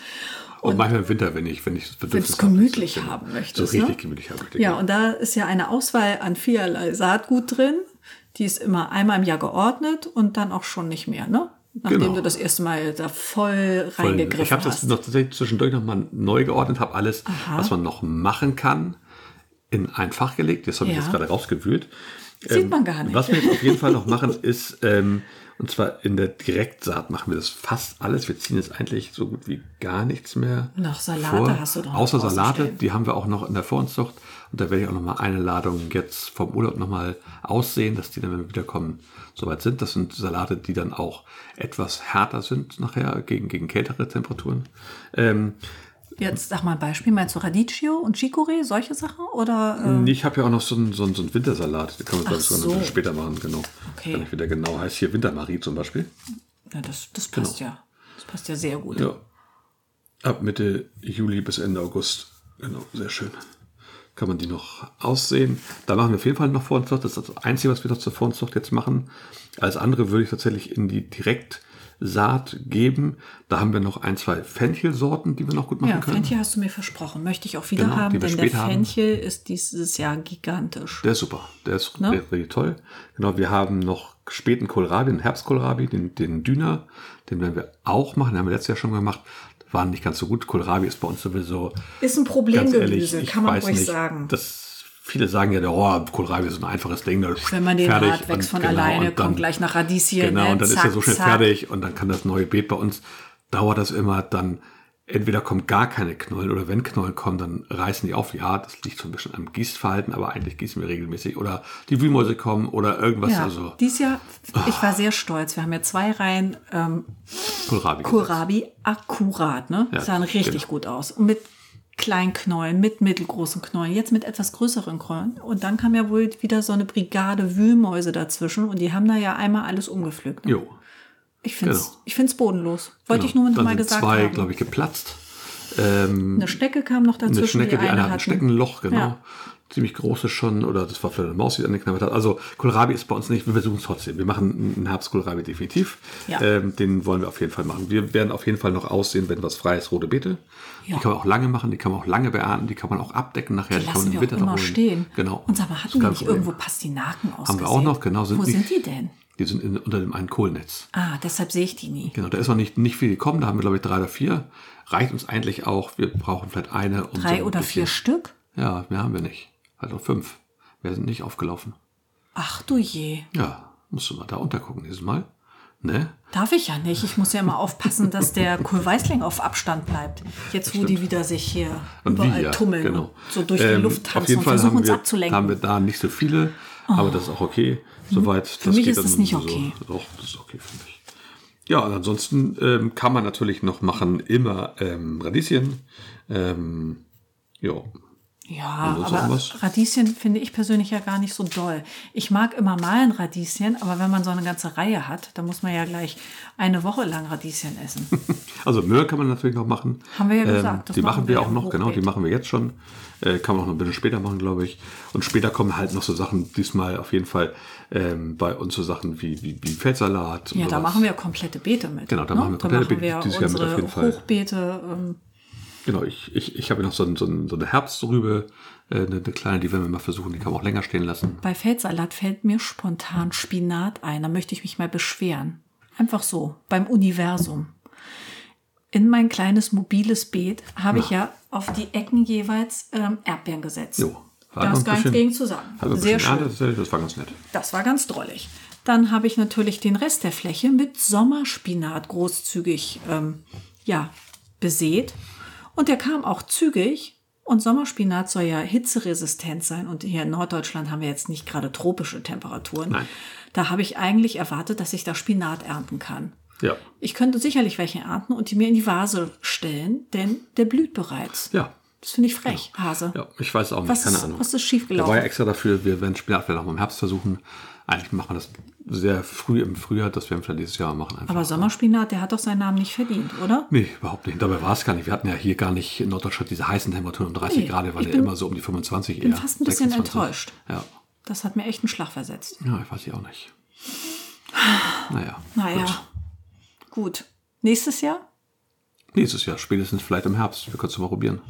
Speaker 3: Und, manchmal im Winter, wenn ich, wenn ich das Bedürfnis
Speaker 4: Wenn's gemütlich
Speaker 3: habe,
Speaker 4: haben
Speaker 3: So
Speaker 4: möchtest,
Speaker 3: richtig
Speaker 4: ne?
Speaker 3: gemütlich haben möchte.
Speaker 4: Ja,
Speaker 3: genau.
Speaker 4: und da ist ja eine Auswahl an vielerlei Saatgut drin. Die ist immer einmal im Jahr geordnet und dann auch schon nicht mehr, ne? Nachdem
Speaker 3: Genau.
Speaker 4: du das erste Mal da voll
Speaker 3: Voll-
Speaker 4: reingegriffen
Speaker 3: Ich habe
Speaker 4: hast.
Speaker 3: das noch tatsächlich zwischendurch nochmal neu geordnet, habe alles, was man noch machen kann, in ein Fach gelegt. Das habe ich
Speaker 4: Ja.
Speaker 3: jetzt gerade rausgewühlt. Ähm,
Speaker 4: Sieht man gar nicht.
Speaker 3: Was wir jetzt auf jeden Fall noch
Speaker 4: (laughs)
Speaker 3: machen, ist, ähm, und zwar in der Direktsaat machen wir das fast alles. Wir ziehen jetzt eigentlich so gut wie gar nichts mehr.
Speaker 4: Noch Salate hast du doch noch
Speaker 3: Außer
Speaker 4: draußen
Speaker 3: Salate,
Speaker 4: stehen.
Speaker 3: die haben wir auch noch in der Vorzucht. Und da werde ich auch nochmal eine Ladung jetzt vom Urlaub nochmal aussehen, dass die dann, wenn wir wiederkommen, soweit sind. Das sind Salate, die dann auch etwas härter sind nachher gegen, gegen kältere Temperaturen. Ähm,
Speaker 4: Jetzt sag mal ein Beispiel, meinst du Radicchio und Chicorée, solche Sachen? Oder äh,
Speaker 3: Ich habe ja auch noch so einen, so einen, so einen Wintersalat. Den können wir
Speaker 4: Ach
Speaker 3: glaube ich sogar noch ein
Speaker 4: so.
Speaker 3: bisschen später machen, genau.
Speaker 4: Okay.
Speaker 3: Kann ich wieder genau. Heißt hier Wintermarie zum Beispiel.
Speaker 4: na, das, das passt ja. Das passt ja sehr gut.
Speaker 3: genau. Ja. Ab Mitte Juli bis Ende August. Genau, sehr schön. Kann man die noch aussehen. Da machen wir auf jeden Fall noch Vorzucht. Das ist das Einzige, was wir noch zur Vorzucht jetzt machen. Alles andere würde ich tatsächlich in die Direktsaat geben. Da haben wir noch ein, zwei Fenchelsorten, die wir noch gut machen
Speaker 4: Ja,
Speaker 3: können.
Speaker 4: Fenchel hast du mir versprochen. Möchte ich auch wieder
Speaker 3: Genau, die
Speaker 4: haben,
Speaker 3: wir
Speaker 4: denn der
Speaker 3: spät haben.
Speaker 4: Fenchel ist dieses Jahr gigantisch.
Speaker 3: Der ist super. Der ist
Speaker 4: Ne?
Speaker 3: richtig toll. Genau, wir haben noch späten Kohlrabi, den Herbstkohlrabi, den, den Düner. Den werden wir auch machen. Den haben wir letztes Jahr schon gemacht. War nicht ganz so gut. Kohlrabi ist bei uns sowieso.
Speaker 4: Ist ein
Speaker 3: Ganz
Speaker 4: Problemgemüse,
Speaker 3: ehrlich, ich
Speaker 4: kann man
Speaker 3: weiß
Speaker 4: ruhig
Speaker 3: nicht,
Speaker 4: sagen.
Speaker 3: Das, viele sagen ja, oh, Kohlrabi ist so ein einfaches Ding. da
Speaker 4: Wenn man den
Speaker 3: fertig
Speaker 4: hat, wächst
Speaker 3: und genau,
Speaker 4: von alleine,
Speaker 3: und
Speaker 4: kommt gleich nach Radieschen,
Speaker 3: Genau,
Speaker 4: ne?
Speaker 3: und dann ist er
Speaker 4: Zack,
Speaker 3: so schnell
Speaker 4: zack.
Speaker 3: fertig und dann kann das neue Beet bei uns, dauert das immer, dann entweder kommen gar keine Knollen oder wenn Knollen kommen, dann reißen die auf. Ja, das liegt so ein bisschen am Gießverhalten, aber eigentlich gießen wir regelmäßig oder die Wühlmäuse kommen oder irgendwas,
Speaker 4: ja,
Speaker 3: also
Speaker 4: dieses Jahr, ich war sehr stolz. Wir haben ja zwei Reihen ähm,
Speaker 3: Kohlrabi.
Speaker 4: Kohlrabi akkurat, ne?
Speaker 3: Ja,
Speaker 4: Sahen richtig
Speaker 3: genau.
Speaker 4: gut aus. Und mit kleinen Knollen, mit mittelgroßen Knollen, jetzt mit etwas größeren Knollen. Und dann kam ja wohl wieder so eine Brigade Wühlmäuse dazwischen und die haben da ja einmal alles umgepflückt. Ne?
Speaker 3: Jo.
Speaker 4: Ich finde es
Speaker 3: genau.
Speaker 4: ich find's bodenlos. Wollte ich
Speaker 3: Genau.
Speaker 4: nur noch
Speaker 3: Dann
Speaker 4: mal
Speaker 3: sind
Speaker 4: gesagt
Speaker 3: zwei,
Speaker 4: haben.
Speaker 3: glaube ich, geplatzt. Ähm,
Speaker 4: Eine Schnecke kam noch dazwischen.
Speaker 3: eine Schnecke, die, eine hat ein
Speaker 4: hatten.
Speaker 3: Schneckenloch, genau.
Speaker 4: Ja.
Speaker 3: Ziemlich große schon, oder das war vielleicht eine Maus, die angeknabbert hat. Also Kohlrabi ist bei uns nicht, wir versuchen es trotzdem. Wir machen einen Herbstkohlrabi definitiv.
Speaker 4: Ja.
Speaker 3: Ähm, den wollen wir auf jeden Fall machen. Wir werden auf jeden Fall noch aussehen, wenn was freies rote Beete.
Speaker 4: Ja.
Speaker 3: Die kann man auch lange machen, die kann man auch lange beernten, die kann man auch abdecken nachher.
Speaker 4: Die
Speaker 3: kann man
Speaker 4: lassen
Speaker 3: im
Speaker 4: wir
Speaker 3: Winter
Speaker 4: auch
Speaker 3: noch
Speaker 4: immer
Speaker 3: holen.
Speaker 4: stehen.
Speaker 3: Genau.
Speaker 4: Und sag mal,
Speaker 3: Das ist
Speaker 4: hatten wir
Speaker 3: kein
Speaker 4: nicht
Speaker 3: Problem.
Speaker 4: irgendwo Pastinaken ausgesehen?
Speaker 3: Haben wir auch noch, genau.
Speaker 4: Wo sind
Speaker 3: nicht-
Speaker 4: die denn?
Speaker 3: Die sind in, unter dem einen Kohlnetz.
Speaker 4: Ah, deshalb sehe ich die nie.
Speaker 3: Genau, da ist noch nicht, nicht viel gekommen. Da haben wir, glaube ich, drei oder vier. Reicht uns eigentlich auch. Wir brauchen vielleicht eine. Um so
Speaker 4: Drei
Speaker 3: ein
Speaker 4: oder
Speaker 3: bisschen-
Speaker 4: vier Stück?
Speaker 3: Ja, mehr haben wir nicht. Also fünf. Wir sind nicht aufgelaufen.
Speaker 4: Ach du je.
Speaker 3: Ja, musst du mal da untergucken dieses Mal. Ne?
Speaker 4: Darf ich ja nicht. Ich muss ja immer aufpassen,
Speaker 3: (laughs)
Speaker 4: dass der Kohlweißling auf Abstand bleibt. Jetzt, wo die wieder sich hier überall
Speaker 3: wir,
Speaker 4: tummeln.
Speaker 3: Genau.
Speaker 4: und So durch die
Speaker 3: Ähm,
Speaker 4: Luft
Speaker 3: auf
Speaker 4: tanzen
Speaker 3: jeden
Speaker 4: und
Speaker 3: Fall
Speaker 4: versuchen
Speaker 3: haben
Speaker 4: uns
Speaker 3: wir,
Speaker 4: abzulenken. Ah.
Speaker 3: haben wir da nicht so viele, aber das ist auch okay. Soweit. Für das
Speaker 4: mich
Speaker 3: geht
Speaker 4: ist
Speaker 3: dann
Speaker 4: das nicht
Speaker 3: so.
Speaker 4: okay.
Speaker 3: Doch, das ist okay für mich. Ja, und ansonsten ähm, kann man natürlich noch machen immer ähm, Radieschen. Ähm, ja,
Speaker 4: Ja,
Speaker 3: Oder sonst
Speaker 4: aber
Speaker 3: was?
Speaker 4: Radieschen finde ich persönlich ja gar nicht so doll. Ich mag immer mal ein Radieschen, aber wenn man so eine ganze Reihe hat, dann muss man ja gleich eine Woche lang Radieschen essen.
Speaker 3: Also Möhr kann man natürlich noch machen. Ähm,
Speaker 4: Haben wir ja gesagt, das
Speaker 3: die
Speaker 4: machen
Speaker 3: machen wir,
Speaker 4: wir
Speaker 3: auch
Speaker 4: im
Speaker 3: noch, genau, die
Speaker 4: Hochbeet.
Speaker 3: machen wir jetzt schon. Äh, kann man auch noch ein bisschen später machen, glaube ich. Und später kommen halt noch so Sachen, diesmal auf jeden Fall ähm, bei uns so Sachen wie, wie, wie Feldsalat.
Speaker 4: Ja,
Speaker 3: und
Speaker 4: da
Speaker 3: sowas.
Speaker 4: machen wir komplette Beete mit.
Speaker 3: Genau, da
Speaker 4: ne?
Speaker 3: machen wir
Speaker 4: da
Speaker 3: komplette
Speaker 4: machen
Speaker 3: Beete
Speaker 4: wir
Speaker 3: dieses Jahr mit, auf
Speaker 4: unsere
Speaker 3: jeden Fall.
Speaker 4: Hochbeete. Ähm,
Speaker 3: Genau, ich, ich, ich habe noch so, ein, so, ein, so eine Herbstrübe, äh, eine, eine kleine, die werden wir mal versuchen, die kann man auch länger stehen lassen.
Speaker 4: bei Feldsalat fällt mir spontan Spinat ein. Da möchte ich mich mal beschweren. Einfach so, beim Universum. In mein kleines mobiles Beet habe ich ja auf die Ecken jeweils ähm, Erdbeeren gesetzt.
Speaker 3: Jo, war
Speaker 4: da
Speaker 3: noch
Speaker 4: ist
Speaker 3: ein
Speaker 4: gar nichts
Speaker 3: bisschen-
Speaker 4: gegen zu sagen.
Speaker 3: Haben wir
Speaker 4: Sehr schön.
Speaker 3: Ernte, tatsächlich, das war ganz nett.
Speaker 4: Das war ganz drollig. Dann habe ich natürlich den Rest der Fläche mit Sommerspinat großzügig ähm, ja, besät. Und der kam auch zügig. Und Sommerspinat soll ja hitzeresistent sein. Und hier in Norddeutschland haben wir jetzt nicht gerade tropische Temperaturen.
Speaker 3: Nein.
Speaker 4: Da habe ich eigentlich erwartet, dass ich da Spinat ernten kann.
Speaker 3: Ja,
Speaker 4: Ich könnte sicherlich welche ernten und die mir in die Vase stellen, denn der blüht bereits.
Speaker 3: ja. Genau.
Speaker 4: Das finde ich frech, Hase.
Speaker 3: Ja, ich weiß auch nicht,
Speaker 4: Was
Speaker 3: keine
Speaker 4: ist-
Speaker 3: Ahnung.
Speaker 4: was ist
Speaker 3: Da
Speaker 4: schiefgelaufen?
Speaker 3: war ja extra dafür, wir werden später vielleicht nochmal im Herbst versuchen. Eigentlich macht man das sehr früh im Frühjahr, das werden wir vielleicht dieses Jahr machen. Einfach.
Speaker 4: Aber Sommerspinat, der hat doch seinen Namen nicht verdient, oder?
Speaker 3: Nee, überhaupt nicht. Dabei war es gar nicht. Wir hatten ja hier gar nicht in Norddeutschland diese heißen Temperaturen um 30
Speaker 4: Nee,
Speaker 3: Grad, wir waren
Speaker 4: ich
Speaker 3: ja
Speaker 4: bin-
Speaker 3: immer so um die 25 Ich
Speaker 4: bin fast ein bisschen enttäuscht.
Speaker 3: Ja.
Speaker 4: Das hat mir echt einen Schlag versetzt.
Speaker 3: ja, ich weiß ich auch nicht. Naja.
Speaker 4: Naja,
Speaker 3: Gut.
Speaker 4: gut. Nächstes Jahr?
Speaker 3: Nächstes Jahr, spätestens vielleicht im Herbst. Wir können es mal probieren.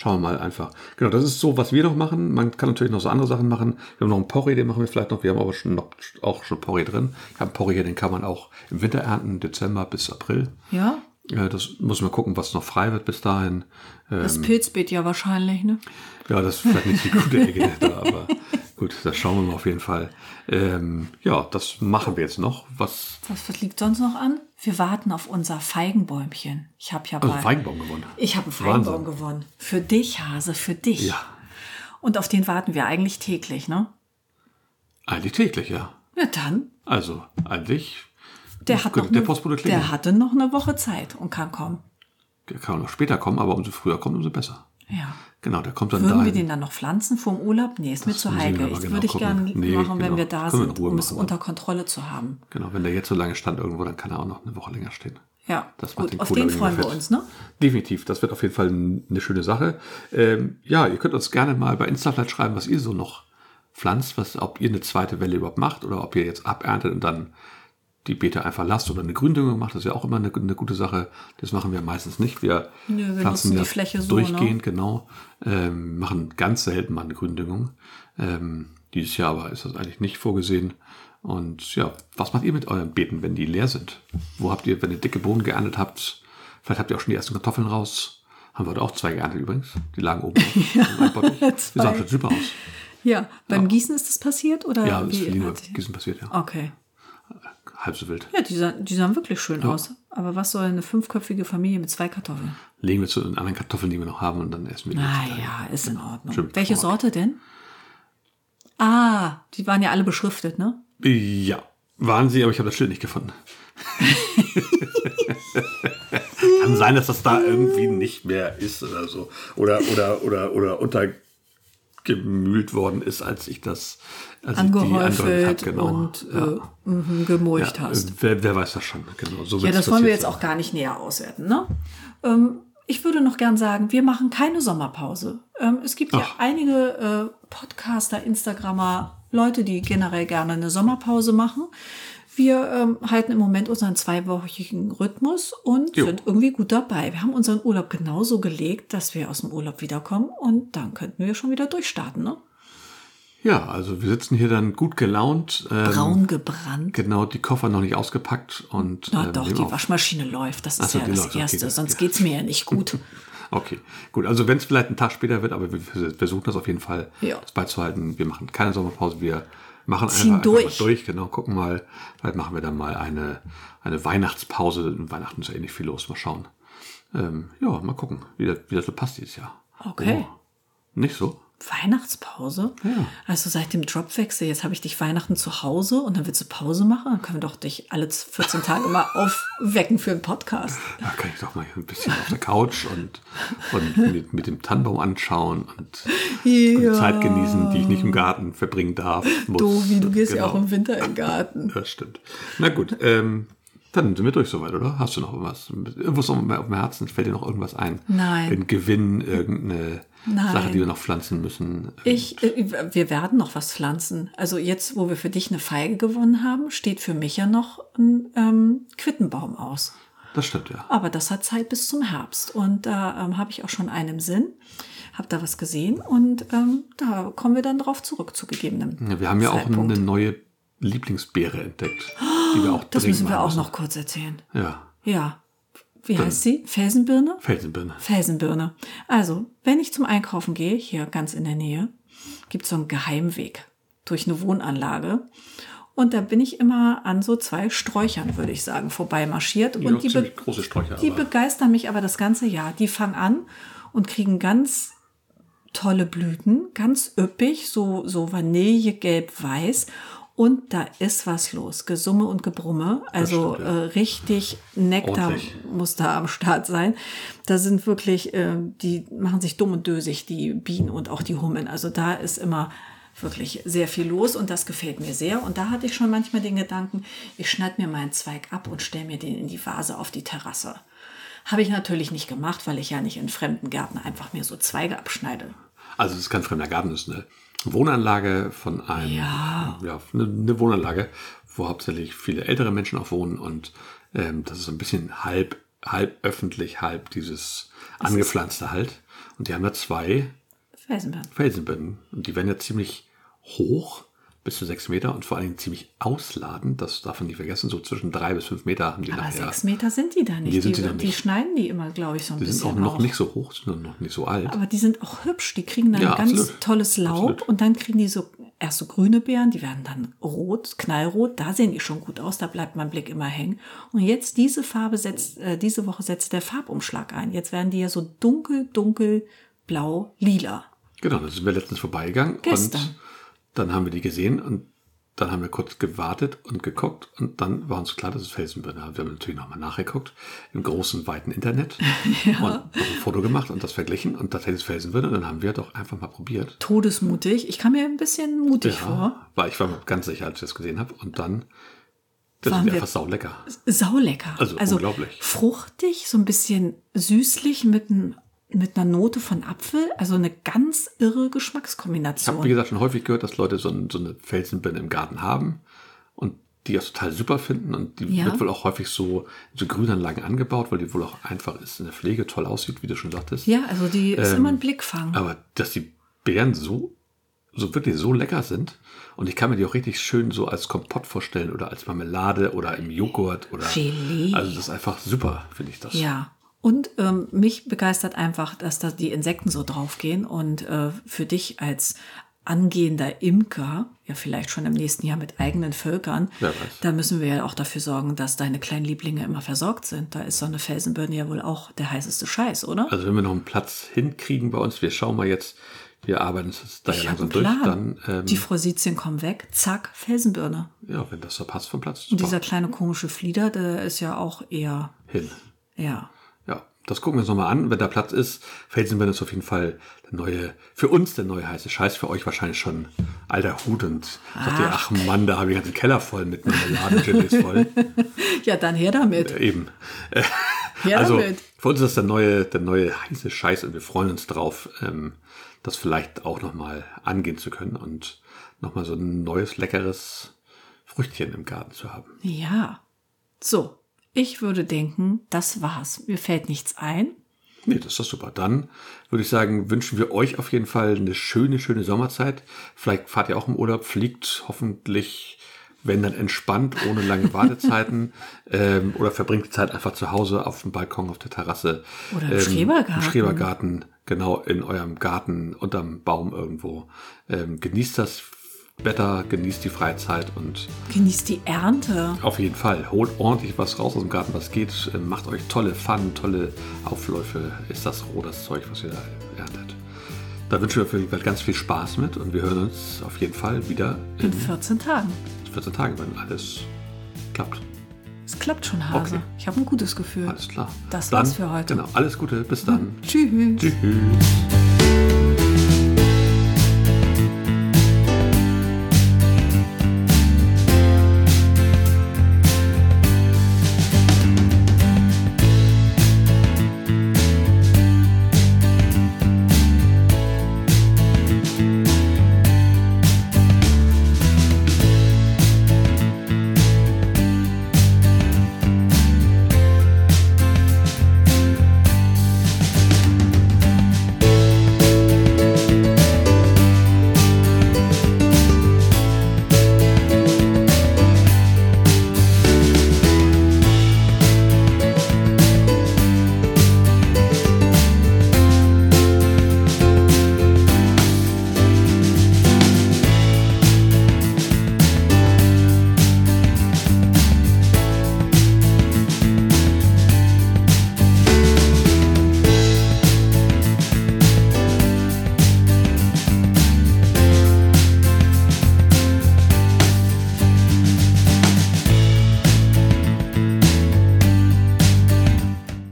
Speaker 3: Schauen wir mal einfach. Genau, das ist so, was wir noch machen. Man kann natürlich noch so andere Sachen machen. Wir haben noch einen Porree, den machen wir vielleicht noch. Wir haben aber schon noch, auch schon Porree drin. Ich habe einen Porree hier, den kann man auch im Winter ernten, Dezember bis April.
Speaker 4: Ja?
Speaker 3: Ja, das muss man gucken, was noch frei wird bis dahin. Äh,
Speaker 4: Das
Speaker 3: Ähm.
Speaker 4: Pilzbeet ja wahrscheinlich, ne?
Speaker 3: Ja, das ist vielleicht nicht die gute Ecke, (laughs) da, aber gut, das schauen wir mal auf jeden Fall. Ähm, ja, das machen wir jetzt noch. Was?
Speaker 4: Was, was liegt sonst noch an? Wir warten auf unser Feigenbäumchen. Ich habe ja
Speaker 3: Also
Speaker 4: bald.
Speaker 3: Feigenbaum gewonnen.
Speaker 4: ich habe einen Feigenbaum
Speaker 3: Wahnsinn.
Speaker 4: gewonnen. Für dich, Hase, für dich.
Speaker 3: Ja,
Speaker 4: Und auf den warten wir eigentlich täglich, ne?
Speaker 3: eigentlich täglich, ja.
Speaker 4: Na dann,
Speaker 3: Also, eigentlich
Speaker 4: der hat,
Speaker 3: Gut,
Speaker 4: noch
Speaker 3: genau, der
Speaker 4: eine,
Speaker 3: Postbote klingelt.
Speaker 4: der hatte noch eine Woche Zeit und kann kommen.
Speaker 3: der kann auch noch später kommen, aber umso früher kommt, umso besser.
Speaker 4: Ja.
Speaker 3: Genau, der kommt dann
Speaker 4: Würden wir
Speaker 3: dahin.
Speaker 4: den dann noch pflanzen vorm Urlaub? Nee, ist mir zu
Speaker 3: müssen wir
Speaker 4: heikel.
Speaker 3: aber
Speaker 4: Ich
Speaker 3: genau
Speaker 4: würde ich
Speaker 3: gucken.
Speaker 4: gerne
Speaker 3: Nee,
Speaker 4: machen, wenn
Speaker 3: genau.
Speaker 4: wir da
Speaker 3: Können wir in
Speaker 4: sind,
Speaker 3: Ruhe
Speaker 4: um es
Speaker 3: machen,
Speaker 4: unter Kontrolle zu haben.
Speaker 3: Genau, wenn der jetzt so lange stand irgendwo, dann kann er auch noch eine Woche länger stehen.
Speaker 4: Ja,
Speaker 3: Das macht
Speaker 4: gut, auf
Speaker 3: Kohl
Speaker 4: den
Speaker 3: aber
Speaker 4: freuen wir
Speaker 3: fett.
Speaker 4: uns, ne?
Speaker 3: Definitiv, das wird auf jeden Fall eine schöne Sache. Ähm, ja, ihr könnt uns gerne mal bei Insta vielleicht schreiben, was ihr so noch pflanzt, was, ob ihr eine zweite Welle überhaupt macht oder ob ihr jetzt aberntet und dann die Beete einfach lasst oder eine Gründüngung macht, das ist ja auch immer eine, eine gute Sache. Das machen wir meistens nicht. Wir,
Speaker 4: Nö, wir nutzen die Fläche so, ne?
Speaker 3: durchgehend, genau. Ähm, machen ganz selten mal eine Gründüngung. Ähm, dieses Jahr aber ist das eigentlich nicht vorgesehen. Und ja, was macht ihr mit euren Beeten, wenn die leer sind? Wo habt ihr, wenn ihr dicke Bohnen geerntet habt, vielleicht habt ihr auch schon die ersten Kartoffeln raus. Haben wir heute auch zwei geerntet übrigens. Die lagen
Speaker 4: (laughs)
Speaker 3: oben. auf dem Bottich. die
Speaker 4: zwei.
Speaker 3: sahen schon super aus.
Speaker 4: Ja, beim Gießen ist das passiert oder
Speaker 3: Ja, das ist
Speaker 4: wie?
Speaker 3: viel über
Speaker 4: hat-
Speaker 3: Gießen passiert, ja.
Speaker 4: Okay.
Speaker 3: Halb so wild.
Speaker 4: Ja, die sahen, die sahen wirklich schön aus. Aber was soll eine fünfköpfige Familie mit zwei Kartoffeln?
Speaker 3: Legen wir zu den anderen Kartoffeln, die wir noch haben und dann essen wir die.
Speaker 4: Naja, ist in Ordnung.
Speaker 3: Stimmt,
Speaker 4: Welche
Speaker 3: Geschmack.
Speaker 4: Sorte denn? Ah, die waren ja alle beschriftet, ne?
Speaker 3: Ja, waren sie, aber ich habe das Schild nicht gefunden. (laughs) Kann sein, dass das da irgendwie nicht mehr ist oder so. Oder, oder, oder, oder untergemüht worden ist, als ich das als
Speaker 4: Angehäufelt
Speaker 3: hab, genau.
Speaker 4: und
Speaker 3: ja.
Speaker 4: äh, mhm, gemulcht
Speaker 3: Ja,
Speaker 4: hast.
Speaker 3: wer, wer weiß das schon, genau. So
Speaker 4: Ja,
Speaker 3: wird's
Speaker 4: das wollen wir
Speaker 3: passiert
Speaker 4: jetzt
Speaker 3: sein.
Speaker 4: auch gar nicht näher auswerten, ne? Ähm, ich würde noch gern sagen, wir machen keine Sommerpause. Ähm, es gibt ja
Speaker 3: Ach.
Speaker 4: einige äh, Podcaster, Instagrammer, Leute, die generell gerne eine Sommerpause machen. Wir ähm, halten im Moment unseren zweiwöchigen Rhythmus und
Speaker 3: Jo.
Speaker 4: sind irgendwie gut dabei. Wir haben unseren Urlaub genauso gelegt, dass wir aus dem Urlaub wiederkommen und dann könnten wir schon wieder durchstarten, ne?
Speaker 3: Ähm, Ja, also wir sitzen hier dann gut gelaunt. Ähm,
Speaker 4: Braun gebrannt.
Speaker 3: Genau, die Koffer noch nicht ausgepackt und.
Speaker 4: Na
Speaker 3: ähm,
Speaker 4: doch,
Speaker 3: nehmen
Speaker 4: die
Speaker 3: auf.
Speaker 4: Waschmaschine läuft. Das
Speaker 3: Ach
Speaker 4: ist
Speaker 3: so,
Speaker 4: ja
Speaker 3: die
Speaker 4: das
Speaker 3: läuft, okay,
Speaker 4: Erste.
Speaker 3: das-
Speaker 4: Sonst
Speaker 3: ja.
Speaker 4: geht's mir ja
Speaker 3: (laughs)
Speaker 4: nicht gut.
Speaker 3: Okay, gut. Also wenn es vielleicht einen Tag später wird, aber wir vers- versuchen das auf jeden Fall
Speaker 4: Ja.
Speaker 3: das beizuhalten. Wir machen keine Sommerpause, wir machen
Speaker 4: Ziehen
Speaker 3: einfach,
Speaker 4: durch.
Speaker 3: einfach mal durch. Genau, gucken mal. Vielleicht machen wir dann mal eine, eine Weihnachtspause. In Weihnachten ist ja eh nicht viel los. Mal schauen. Ähm, ja, mal gucken, wie das, wie das so passt dieses Jahr.
Speaker 4: Okay.
Speaker 3: Oh, nicht so?
Speaker 4: Weihnachtspause? Also seit dem Jobwechsel, jetzt habe ich dich Weihnachten zu Hause und dann willst du Pause machen? Dann können wir doch dich alle 14
Speaker 3: (laughs)
Speaker 4: Tage mal aufwecken für einen Podcast.
Speaker 3: Da kann ich doch mal ein bisschen auf der Couch und, und mit, mit dem Tannenbaum anschauen und
Speaker 4: Ja.
Speaker 3: die Zeit genießen, die ich nicht im Garten verbringen darf. Muss.
Speaker 4: Dovi, du gehst ja
Speaker 3: Genau.
Speaker 4: auch im Winter
Speaker 3: (laughs)
Speaker 4: im Garten.
Speaker 3: Das stimmt. Na gut, ähm, dann sind wir durch soweit, oder? Hast du noch irgendwas? Irgendwas auf dem auf dem Herzen? Fällt dir noch irgendwas ein?
Speaker 4: Nein.
Speaker 3: Ein Gewinn, irgendeine
Speaker 4: Nein.
Speaker 3: Sache, die wir noch pflanzen müssen?
Speaker 4: Ich, äh, wir werden noch was pflanzen. Also jetzt, wo wir für dich eine Feige gewonnen haben, steht für mich ja noch ein ähm, Quittenbaum aus.
Speaker 3: Das stimmt, ja.
Speaker 4: Aber das hat Zeit bis zum Herbst. Und da ähm, habe ich auch schon einen im Sinn, habe da was gesehen und ähm, da kommen wir dann drauf zurück zu gegebenem
Speaker 3: Ja, Wir haben ja auch
Speaker 4: Zeitpunkt.
Speaker 3: eine neue Lieblingsbeere entdeckt, die wir auch
Speaker 4: Das
Speaker 3: dringend
Speaker 4: müssen wir
Speaker 3: machen
Speaker 4: auch noch kurz erzählen.
Speaker 3: müssen. Ja,
Speaker 4: Ja. Wie heißt sie? Felsenbirne?
Speaker 3: Felsenbirne.
Speaker 4: Felsenbirne. Also, wenn ich zum Einkaufen gehe, hier ganz in der Nähe, gibt es so einen Geheimweg durch eine Wohnanlage. Und da bin ich immer an so zwei Sträuchern, würde ich sagen, vorbeimarschiert.
Speaker 3: Ja,
Speaker 4: Und die, be
Speaker 3: ziemlich große Sträucher.
Speaker 4: die
Speaker 3: aber-
Speaker 4: begeistern mich aber das ganze Jahr. Die fangen an und kriegen ganz tolle Blüten, ganz üppig, so, so Vanille, Gelb, Weiß. Und da ist was los. Gesumme und Gebrumme. Also
Speaker 3: stimmt,
Speaker 4: äh,
Speaker 3: ja.
Speaker 4: richtig Nektar
Speaker 3: Ordentlich.
Speaker 4: muss da am Start sein. Da sind wirklich, äh, die machen sich dumm und dösig, die Bienen und auch die Hummeln. Also da ist immer wirklich sehr viel los und das gefällt mir sehr. Und da hatte ich schon manchmal den Gedanken, ich schneide mir meinen Zweig ab und stelle mir den in die Vase auf die Terrasse. Habe ich natürlich nicht gemacht, weil ich ja nicht in fremden Gärten einfach mir so Zweige abschneide.
Speaker 3: Also es ist kein fremder Garten, es ist eine Wohnanlage von einem, ja, eine, eine Wohnanlage, wo hauptsächlich viele ältere Menschen auch wohnen und ähm, das ist so ein bisschen halb, halb öffentlich, halb dieses angepflanzte halt. Und die haben da zwei
Speaker 4: Felsenbeeren.
Speaker 3: Felsenböden und die werden ja ziemlich hoch, bis zu sechs Meter und vor allen Dingen ziemlich ausladend, das darf man nicht vergessen, so zwischen drei bis fünf Meter haben die
Speaker 4: Aber
Speaker 3: nachher.
Speaker 4: sechs Meter sind die da nicht.
Speaker 3: Nee, sind
Speaker 4: die,
Speaker 3: sie da nicht.
Speaker 4: die schneiden die immer, glaube ich, so ein
Speaker 3: Die
Speaker 4: bisschen.
Speaker 3: sind auch noch nicht so hoch, sind noch nicht so alt.
Speaker 4: Aber die sind auch hübsch. Die kriegen dann
Speaker 3: Ja,
Speaker 4: ganz
Speaker 3: absolut.
Speaker 4: tolles Laub
Speaker 3: Absolut.
Speaker 4: und dann kriegen die so erst so grüne Beeren, die werden dann rot, knallrot. Da sehen die schon gut aus, da bleibt mein Blick immer hängen. Und jetzt diese Farbe setzt, äh, diese Woche setzt der Farbumschlag ein. Jetzt werden die ja so dunkel, dunkel, blau, lila.
Speaker 3: Genau, da sind wir letztens vorbeigegangen
Speaker 4: Gestern.
Speaker 3: und dann haben wir die gesehen und dann haben wir kurz gewartet und geguckt und dann war uns klar, dass es Felsenbirne hat. Wir haben natürlich nochmal nachgeguckt im großen, weiten
Speaker 4: (laughs)
Speaker 3: Internet und noch ein Foto gemacht und das verglichen und tatsächlich ist Felsenbirne und dann haben wir doch einfach mal probiert.
Speaker 4: Todesmutig. Ich kam mir ein bisschen mutig vor.
Speaker 3: Weil ich war mir ganz sicher, als ich das gesehen habe und dann, das
Speaker 4: Waren
Speaker 3: ist
Speaker 4: wir-
Speaker 3: einfach saulecker.
Speaker 4: Saulecker.
Speaker 3: Also unglaublich.
Speaker 4: Fruchtig, so ein bisschen süßlich mit, n- mit einer Note von Apfel. Also eine ganz irre
Speaker 3: Ich habe, wie
Speaker 4: Geschmackskombination.
Speaker 3: gesagt, schon häufig gehört, dass Leute so, ein, so eine Felsenbirne im Garten haben und die das total super finden und die
Speaker 4: Ja.
Speaker 3: wird wohl auch häufig so in so Grünanlagen angebaut, weil die wohl auch einfach ist in der Pflege, toll aussieht, wie du schon sagtest.
Speaker 4: Ja, also die ist
Speaker 3: Ähm,
Speaker 4: immer ein Blickfang.
Speaker 3: Aber dass die Beeren so, so wirklich so lecker sind und ich kann mir die auch richtig schön so als Kompott vorstellen oder als Marmelade oder im Joghurt oder.
Speaker 4: Gelee.
Speaker 3: Also das ist einfach super, finde ich das.
Speaker 4: Ja. Und ähm, mich begeistert einfach, dass da die Insekten so draufgehen. Und äh, für dich als angehender Imker, ja vielleicht schon im nächsten Jahr mit eigenen Völkern,
Speaker 3: Wer weiß.
Speaker 4: da müssen wir ja auch dafür sorgen, dass deine kleinen Lieblinge immer versorgt sind. Da ist so eine Felsenbirne ja wohl auch der heißeste Scheiß, oder?
Speaker 3: Also wenn wir noch einen Platz hinkriegen bei uns, wir schauen mal jetzt, wir arbeiten es da ja
Speaker 4: Ich hab
Speaker 3: langsam
Speaker 4: einen
Speaker 3: durch,
Speaker 4: Plan.
Speaker 3: dann ähm,
Speaker 4: die Frositien kommen weg, zack, Felsenbirne.
Speaker 3: Ja, wenn das so passt vom Platz.
Speaker 4: Und
Speaker 3: super.
Speaker 4: dieser kleine komische Flieder, der ist ja auch eher,
Speaker 3: hin.
Speaker 4: ja,
Speaker 3: Ja, das gucken wir uns nochmal an. Wenn da Platz ist, Felsenbirne ist auf jeden Fall der neue, für uns der neue heiße Scheiß, für euch wahrscheinlich schon alter Hut und sagt ihr, ach Mann, da habe ich den ganzen Keller voll mit Marmeladen, Gelees voll.
Speaker 4: ja, dann her damit.
Speaker 3: Äh, Eben.
Speaker 4: Her
Speaker 3: also
Speaker 4: damit.
Speaker 3: für uns ist das der neue, der neue heiße Scheiß und wir freuen uns drauf, ähm, das vielleicht auch nochmal angehen zu können und nochmal so ein neues, leckeres Früchtchen im Garten zu haben.
Speaker 4: Ja. So, ich würde denken, das war's. Mir fällt nichts ein.
Speaker 3: Nee, das ist doch super. Dann würde ich sagen, wünschen wir euch auf jeden Fall eine schöne, schöne Sommerzeit. Vielleicht fahrt ihr auch im Urlaub, fliegt hoffentlich, wenn dann entspannt, ohne
Speaker 4: (laughs)
Speaker 3: lange Wartezeiten. ähm, oder verbringt die Zeit einfach zu Hause auf dem Balkon, auf der Terrasse. ähm,
Speaker 4: Oder im Schrebergarten.
Speaker 3: Im Schrebergarten, genau, in eurem Garten, unterm Baum irgendwo. Ähm, genießt das Wetter, genießt die Freizeit und
Speaker 4: Genießt die Ernte.
Speaker 3: auf jeden Fall, holt ordentlich was raus aus dem Garten, was geht. Äh, Macht euch tolle Pfannen, tolle Aufläufe. Ist das roh, das Zeug, was ihr da erntet. Da wünschen wir auf jeden Fall ganz viel Spaß mit und wir hören uns auf jeden Fall wieder
Speaker 4: In 14 Tagen.
Speaker 3: in 14 Tagen, wenn alles klappt.
Speaker 4: Es klappt schon, Hase.
Speaker 3: Okay.
Speaker 4: Ich habe ein gutes Gefühl.
Speaker 3: Alles klar.
Speaker 4: Das
Speaker 3: Dann-
Speaker 4: war's für heute. Hm.
Speaker 3: Genau, alles Gute, bis dann.
Speaker 4: Tschüss.
Speaker 3: Tschüss.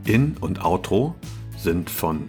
Speaker 3: In- und Outro sind von